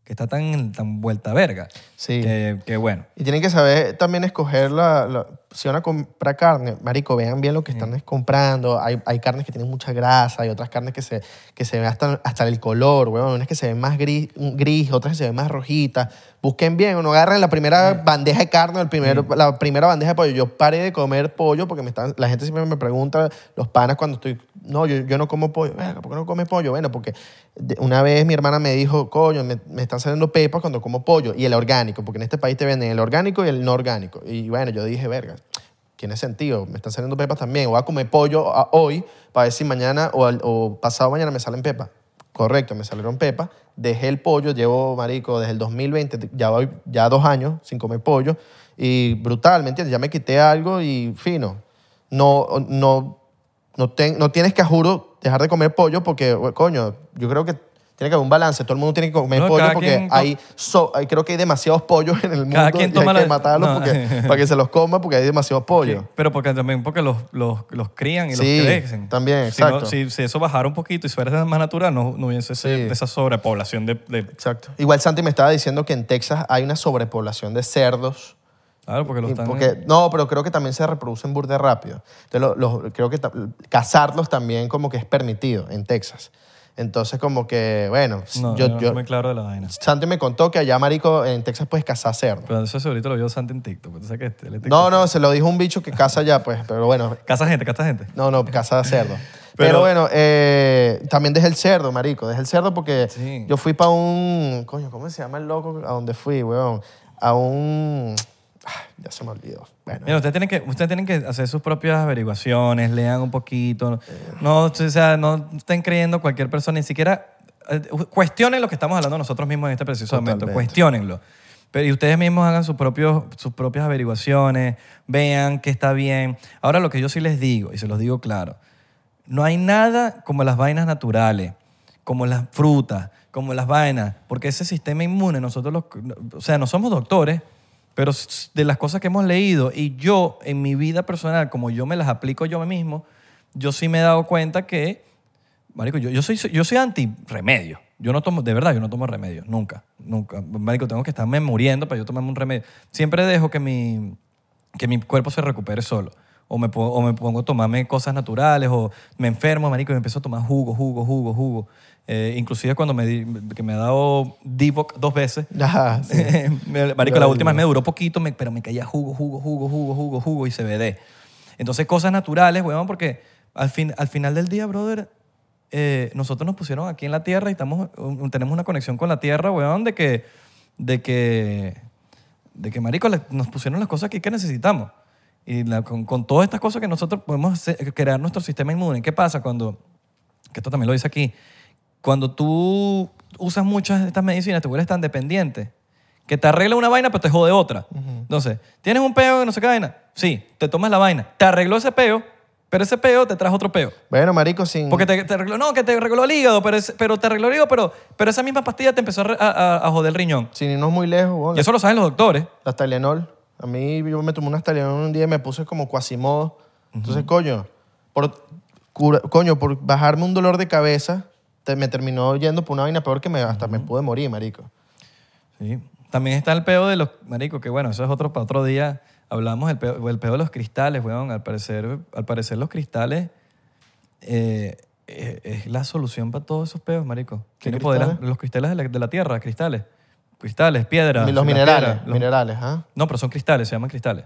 S1: que está tan, tan vuelta verga.
S2: Sí.
S1: Que, que bueno.
S2: Y tienen que saber también escoger la, la- si van a comprar carne, marico, vean bien lo que están es comprando. Hay, hay carnes que tienen mucha grasa, hay otras carnes que se, que se ven hasta, hasta el color, weón. Unas que se ven más gris, gris, otras que se ven más rojitas. Busquen bien, no agarren la primera bandeja de carne, o el primer, la primera bandeja de pollo. Yo paré de comer pollo porque me están, la gente siempre me pregunta, los panas cuando estoy, no, yo, yo no como pollo. Verga, ¿Por qué no comes pollo? Bueno, porque de- una vez mi hermana me dijo, coño, me, me están saliendo pepas cuando como pollo y el orgánico, porque en este país te venden el orgánico y el no orgánico. Y bueno, yo dije, verga, tiene sentido, me están saliendo pepas también. Voy a comer pollo a- hoy para ver si mañana o, al- o pasado mañana me salen pepas. Correcto, me salieron pepas. Dejé el pollo, llevo, marico, desde el 2020, ya, voy, ya dos años sin comer pollo. Y brutal, ¿me entiendes? Ya me quité algo y fino. No, no, no, ten- no tienes que, juro, dejar de comer pollo porque, we- coño, yo creo que tiene que haber un balance. Todo el mundo tiene que comer
S1: No,
S2: pollo
S1: cada
S2: porque
S1: quien com-
S2: hay, so- hay- creo que hay demasiados pollos en el mundo
S1: Cada quien
S2: y
S1: toma
S2: hay que
S1: la-
S2: matarlos
S1: no. [laughs]
S2: porque- para que se los coma porque hay demasiados pollos.
S1: Sí, pero porque también porque los, los, los crían y
S2: Sí,
S1: los crecen.
S2: también,
S1: Si no-
S2: exacto.
S1: Si, si eso bajara un poquito y fuera más natural, no, no hubiese ese-
S2: Sí.
S1: esa sobrepoblación de... de-
S2: Exacto. Igual Santi me estaba diciendo que en Texas hay una sobrepoblación de cerdos.
S1: claro, porque los
S2: Y
S1: están...
S2: porque- no, pero creo que también se reproducen burde rápido. Entonces, lo- los- creo que ta- cazarlos también como que es permitido en Texas. Entonces, como que, bueno,
S1: no,
S2: yo,
S1: yo, no
S2: yo-
S1: muy claro de la vaina.
S2: Santi me contó que allá, marico, en Texas puedes cazar cerdos.
S1: Pero eso ahorita lo vio Santi en TikTok. Entonces, que este- el
S2: No,
S1: TikTok-
S2: no, se lo dijo un bicho que caza allá, pues, pero bueno,
S1: Caza gente, caza gente.
S2: no, no, caza
S1: [laughs]
S2: cerdo. Pero,
S1: Pero-
S2: bueno, eh, también dejé el cerdo, marico. Dejé el cerdo porque
S1: Sí.
S2: yo fui para un. Coño, ¿cómo se llama el loco a donde fui, weón? A un. ah, Ya se me olvidó. Bueno,
S1: Mira, ustedes tienen, que, ustedes tienen que hacer sus propias averiguaciones, lean un poquito. No, o sea, no estén creyendo cualquier persona, ni siquiera eh, cuestionen lo que estamos hablando nosotros mismos en este preciso momento.
S2: Totalmente.
S1: Cuestionenlo. Pero y ustedes mismos hagan sus, propios, sus propias averiguaciones, vean qué está bien. Ahora lo que yo sí les digo, y se los digo claro, no hay nada como las vainas naturales, como las frutas, como las vainas, porque ese sistema inmune, nosotros, los, o sea, no somos doctores, pero s- de las cosas que hemos leído y yo en mi vida personal, como yo me las aplico yo mismo, yo sí me he dado cuenta que, marico, yo, yo soy, yo soy anti-remedio. Yo no tomo, de verdad, yo no tomo remedio, nunca, nunca. Marico, tengo que estarme muriendo para yo tomarme un remedio. Siempre dejo que mi, que mi cuerpo se recupere solo. O me, po- o me pongo a tomarme cosas naturales, o me enfermo, marico, y me empiezo a tomar jugo, jugo, jugo, jugo. Eh, inclusive cuando me, di- que me ha dado Divoc dos veces,
S2: Ajá, sí.
S1: [laughs] Me- marico,
S2: Ya,
S1: la
S2: ya.
S1: última me duró poquito, me- pero me caía jugo, jugo, jugo, jugo, jugo, jugo y CBD. Entonces, cosas naturales, weón, porque al, fin, al final del día, brother, eh, nosotros nos pusieron aquí en la Tierra y estamos, un- tenemos una conexión con la Tierra, weón, de que, de que, de que marico, la- nos pusieron las cosas aquí que necesitamos. Y la- con, con todas estas cosas que nosotros podemos hacer- crear nuestro sistema inmune. ¿Qué pasa cuando, que esto también lo dice aquí, cuando tú usas muchas de estas medicinas, te vuelves tan dependiente que te arregla una vaina, pero te jode otra. Entonces, ¿tienes un peo que no sé qué vaina? Sí, te tomas la vaina. Te arregló ese peo, pero ese peo te trajo otro peo.
S2: Bueno, marico, sin.
S1: Porque te, te arregló, no, que te arregló el hígado, pero, es- pero te arregló el hígado, pero, pero esa misma pastilla te empezó a, re- a- a- a joder el riñón.
S2: Sin irnos muy lejos, weón.
S1: Y eso lo saben los doctores.
S2: La Tylenol. A mí yo me tomé unas Tylenol un día y me puse como cuasimodo. Entonces, coño, por, cura- coño, por bajarme un dolor de cabeza, te- me terminó yendo por una vaina peor que me, hasta me pude morir, marico.
S1: Sí. También está el peo de los. Marico, que bueno, eso es otro para otro día. Hablamos del peo, el peo de los cristales, weón. Al parecer, al parecer los cristales eh, eh, es la solución para todos esos peos, marico.
S2: ¿Qué
S1: Tienen poder-
S2: cristales?
S1: los cristales de la, de la tierra, cristales. Cristales, piedras.
S2: Y
S1: las
S2: los minerales,
S1: piedras, los-
S2: minerales, ¿ah?
S1: No, pero son cristales, se llaman cristales.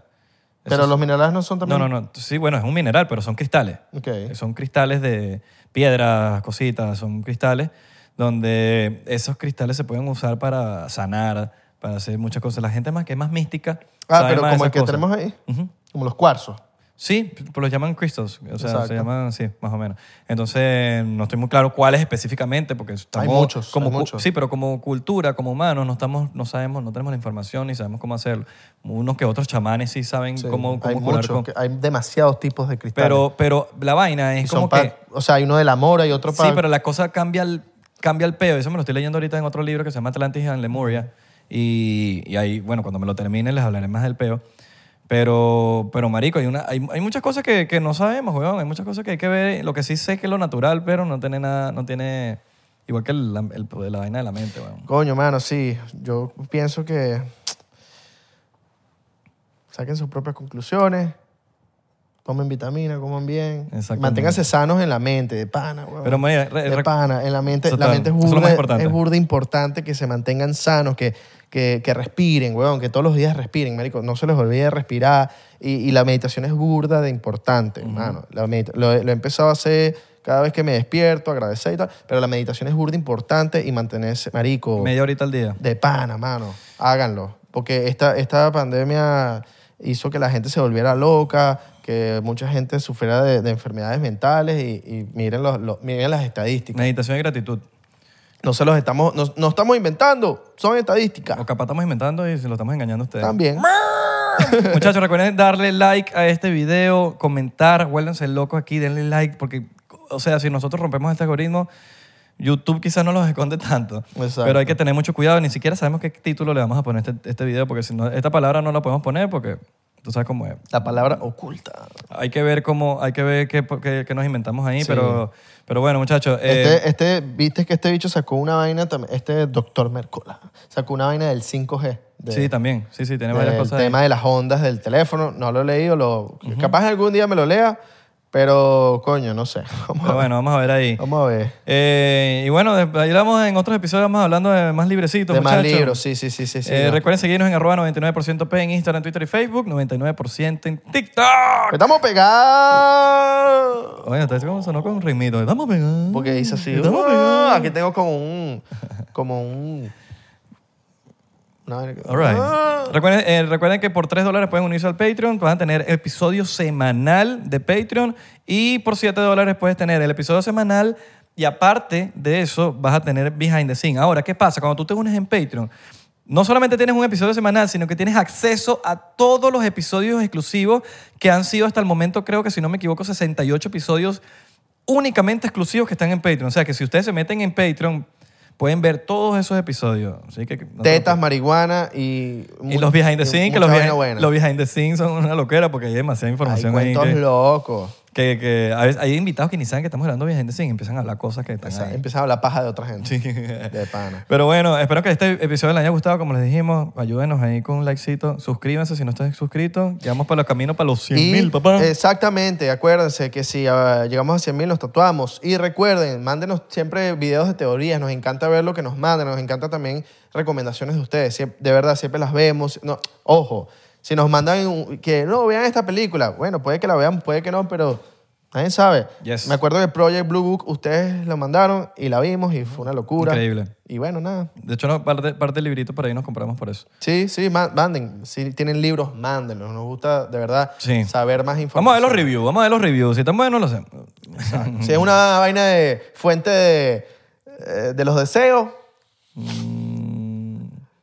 S2: Pero los minerales no son
S1: No,
S2: también.
S1: no, no. Sí, bueno, es un mineral, pero son cristales.
S2: Ok.
S1: Son cristales de piedras, cositas, son cristales donde esos cristales se pueden usar para sanar, para hacer muchas cosas. La gente más que es más mística.
S2: Ah,
S1: sabe
S2: pero
S1: más de
S2: como
S1: esas
S2: el que
S1: cosas.
S2: tenemos ahí,
S1: Ujú.
S2: como los cuarzos.
S1: Sí, pues los llaman crystals, o sea,
S2: Exacto.
S1: se llaman así, más o menos. Entonces, no estoy muy claro cuáles específicamente, porque estamos...
S2: muchos,
S1: como
S2: hay
S1: cu-
S2: muchos.
S1: Sí, pero como cultura, como humanos, no, estamos, no sabemos, no tenemos la información ni sabemos cómo hacerlo. Unos que otros chamanes sí saben
S2: Sí,
S1: cómo, cómo
S2: hay
S1: curar
S2: muchos,
S1: con-
S2: que- hay demasiados tipos de cristales.
S1: Pero, pero la vaina
S2: Y
S1: es
S2: son
S1: como
S2: pa-
S1: que...
S2: O sea, hay uno del amor, hay otro
S1: Sí,
S2: para...
S1: pero la cosa cambia el, cambia el peo. Eso me lo estoy leyendo ahorita en otro libro que se llama Atlantis en Lemuria. Y, y ahí, bueno, cuando me lo termine les hablaré más del peo. Pero, pero marico, hay, una, hay, hay muchas cosas que, que no sabemos, weón. Hay muchas cosas que hay que ver. Lo que sí sé es que es lo natural, pero no tiene nada, no tiene... Igual que el, el- el- la vaina de la mente, weón.
S2: Coño, mano, sí. Yo pienso que saquen sus propias conclusiones, tomen vitamina, coman bien,
S1: Exactamente.
S2: manténganse sanos en la mente, de pana, weón.
S1: Pero, mira, [laughs] re-
S2: de
S1: re-
S2: pana, en la mente,
S1: Eso
S2: la
S1: está-
S2: mente es
S1: eso es lo
S2: burda,
S1: más
S2: es,
S1: importante.
S2: burda importante que se mantengan sanos, que, que, que respiren, weón, que todos los días respiren, marico, no se les olvide respirar y, y la meditación es burda de importante, hermano. La medita- lo, lo he empezado a hacer cada vez que me despierto, agradecer y tal, pero la meditación es burda importante y mantenerse, marico,
S1: media horita al día.
S2: de pana, mano. Háganlo. Porque esta, esta pandemia hizo que la gente se volviera loca, que mucha gente sufriera de, de enfermedades mentales y, y miren, los, los- miren las estadísticas.
S1: Meditación y gratitud.
S2: No se los estamos, no, no estamos inventando, son estadísticas.
S1: O capaz estamos inventando y se lo estamos engañando a ustedes.
S2: También.
S1: Muchachos, recuerden darle like a este video, comentar, vuélvanse locos aquí, denle like, porque, o sea, si nosotros rompemos este algoritmo, YouTube quizás no los esconde tanto.
S2: Exacto.
S1: Pero hay que tener mucho cuidado, ni siquiera sabemos qué título le vamos a poner a este, este video, porque si no, esta palabra no la podemos poner porque tú sabes cómo es.
S2: La palabra oculta.
S1: Hay que ver cómo, hay que ver qué, qué- qué nos inventamos ahí,
S2: Sí.
S1: pero, pero bueno, muchachos. eh,
S2: este, este, viste que este bicho sacó una vaina, tam- este doctor Mercola, sacó una vaina del 5G. de-
S1: sí, también. Sí, sí, tiene varias
S2: el
S1: cosas. ahí.
S2: tema de las ondas del teléfono. No lo he leído, lo, capaz algún día me lo lea, pero coño, no sé. [laughs] Vamos,
S1: Pero bueno, vamos a ver
S2: [laughs]
S1: ahí.
S2: vamos a ver.
S1: Eh, y bueno, de- ahí vamos en otros episodios, vamos hablando de más librecitos,
S2: De más
S1: muchachos.
S2: libros, sí, sí, sí, sí. sí,
S1: Eh,
S2: no.
S1: Recuerden seguirnos en arroba 99% P en Instagram, Twitter y Facebook, 99% en TikTok.
S2: Estamos pegados.
S1: Oye, ¿ustedes cómo sonó con un ritmito? Estamos pegados.
S2: Porque dice así.
S1: Estamos
S2: "Ah",
S1: pegados.
S2: aquí tengo como un. Como un. una vaina que-
S1: All right.
S2: "Ah".
S1: recuerden, eh, recuerden que por 3 dólares pueden unirse al Patreon, van a tener episodio semanal de Patreon y por 7 dólares puedes tener el episodio semanal y aparte de eso vas a tener behind the scene. Ahora, ¿qué pasa? Cuando tú te unes en Patreon, no solamente tienes un episodio semanal, sino que tienes acceso a todos los episodios exclusivos que han sido hasta el momento, creo que si no me equivoco, 68 episodios únicamente exclusivos que están en Patreon. O sea que si ustedes se meten en Patreon, pueden ver todos esos episodios. Así que no te lo
S2: Tetas, marihuana y.
S1: y los behind the scenes, que los
S2: viejos
S1: behind, los behind the scenes son una loquera porque hay demasiada
S2: Hay
S1: información ahí.
S2: cuentos
S1: Que,
S2: locos.
S1: que, que a veces hay invitados que ni saben que estamos hablando behind the scenes y empiezan a hablar cosas que están
S2: Empieza-
S1: ahí.
S2: Empieza a hablar paja de otra gente.
S1: Sí.
S2: De pana.
S1: Pero bueno, espero que este episodio les haya gustado. Como les dijimos, ayúdenos ahí con un likecito. Suscríbanse si no estás suscrito. Llegamos para los caminos para los 100
S2: Y,
S1: mil, papá.
S2: Exactamente, acuérdense que si ah, llegamos a 100 mil nos tatuamos. Y recuerden, mándenos siempre videos de teorías, nos encanta ver lo que nos mandan, nos encanta también recomendaciones de ustedes. Siem- de verdad, siempre las vemos. No, ojo, si nos mandan un- que no vean esta película, bueno, puede que la vean, puede que no, pero nadie sabe.
S1: Yes.
S2: Me acuerdo que Project Blue Book, ustedes lo mandaron y la vimos y fue una locura.
S1: Increíble.
S2: Y bueno, nada.
S1: De hecho, no, parte, parte del librito por ahí nos compramos por eso.
S2: Sí, sí, ma- manden. Si tienen libros, mándenlos. Nos gusta, de verdad,
S1: Sí.
S2: saber más información.
S1: Vamos a ver los reviews, vamos a ver los reviews. Si están buenos, lo hacemos.
S2: Si es una vaina de fuente de, eh, de los deseos,
S1: Mm,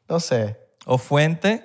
S2: no sé.
S1: o fuente,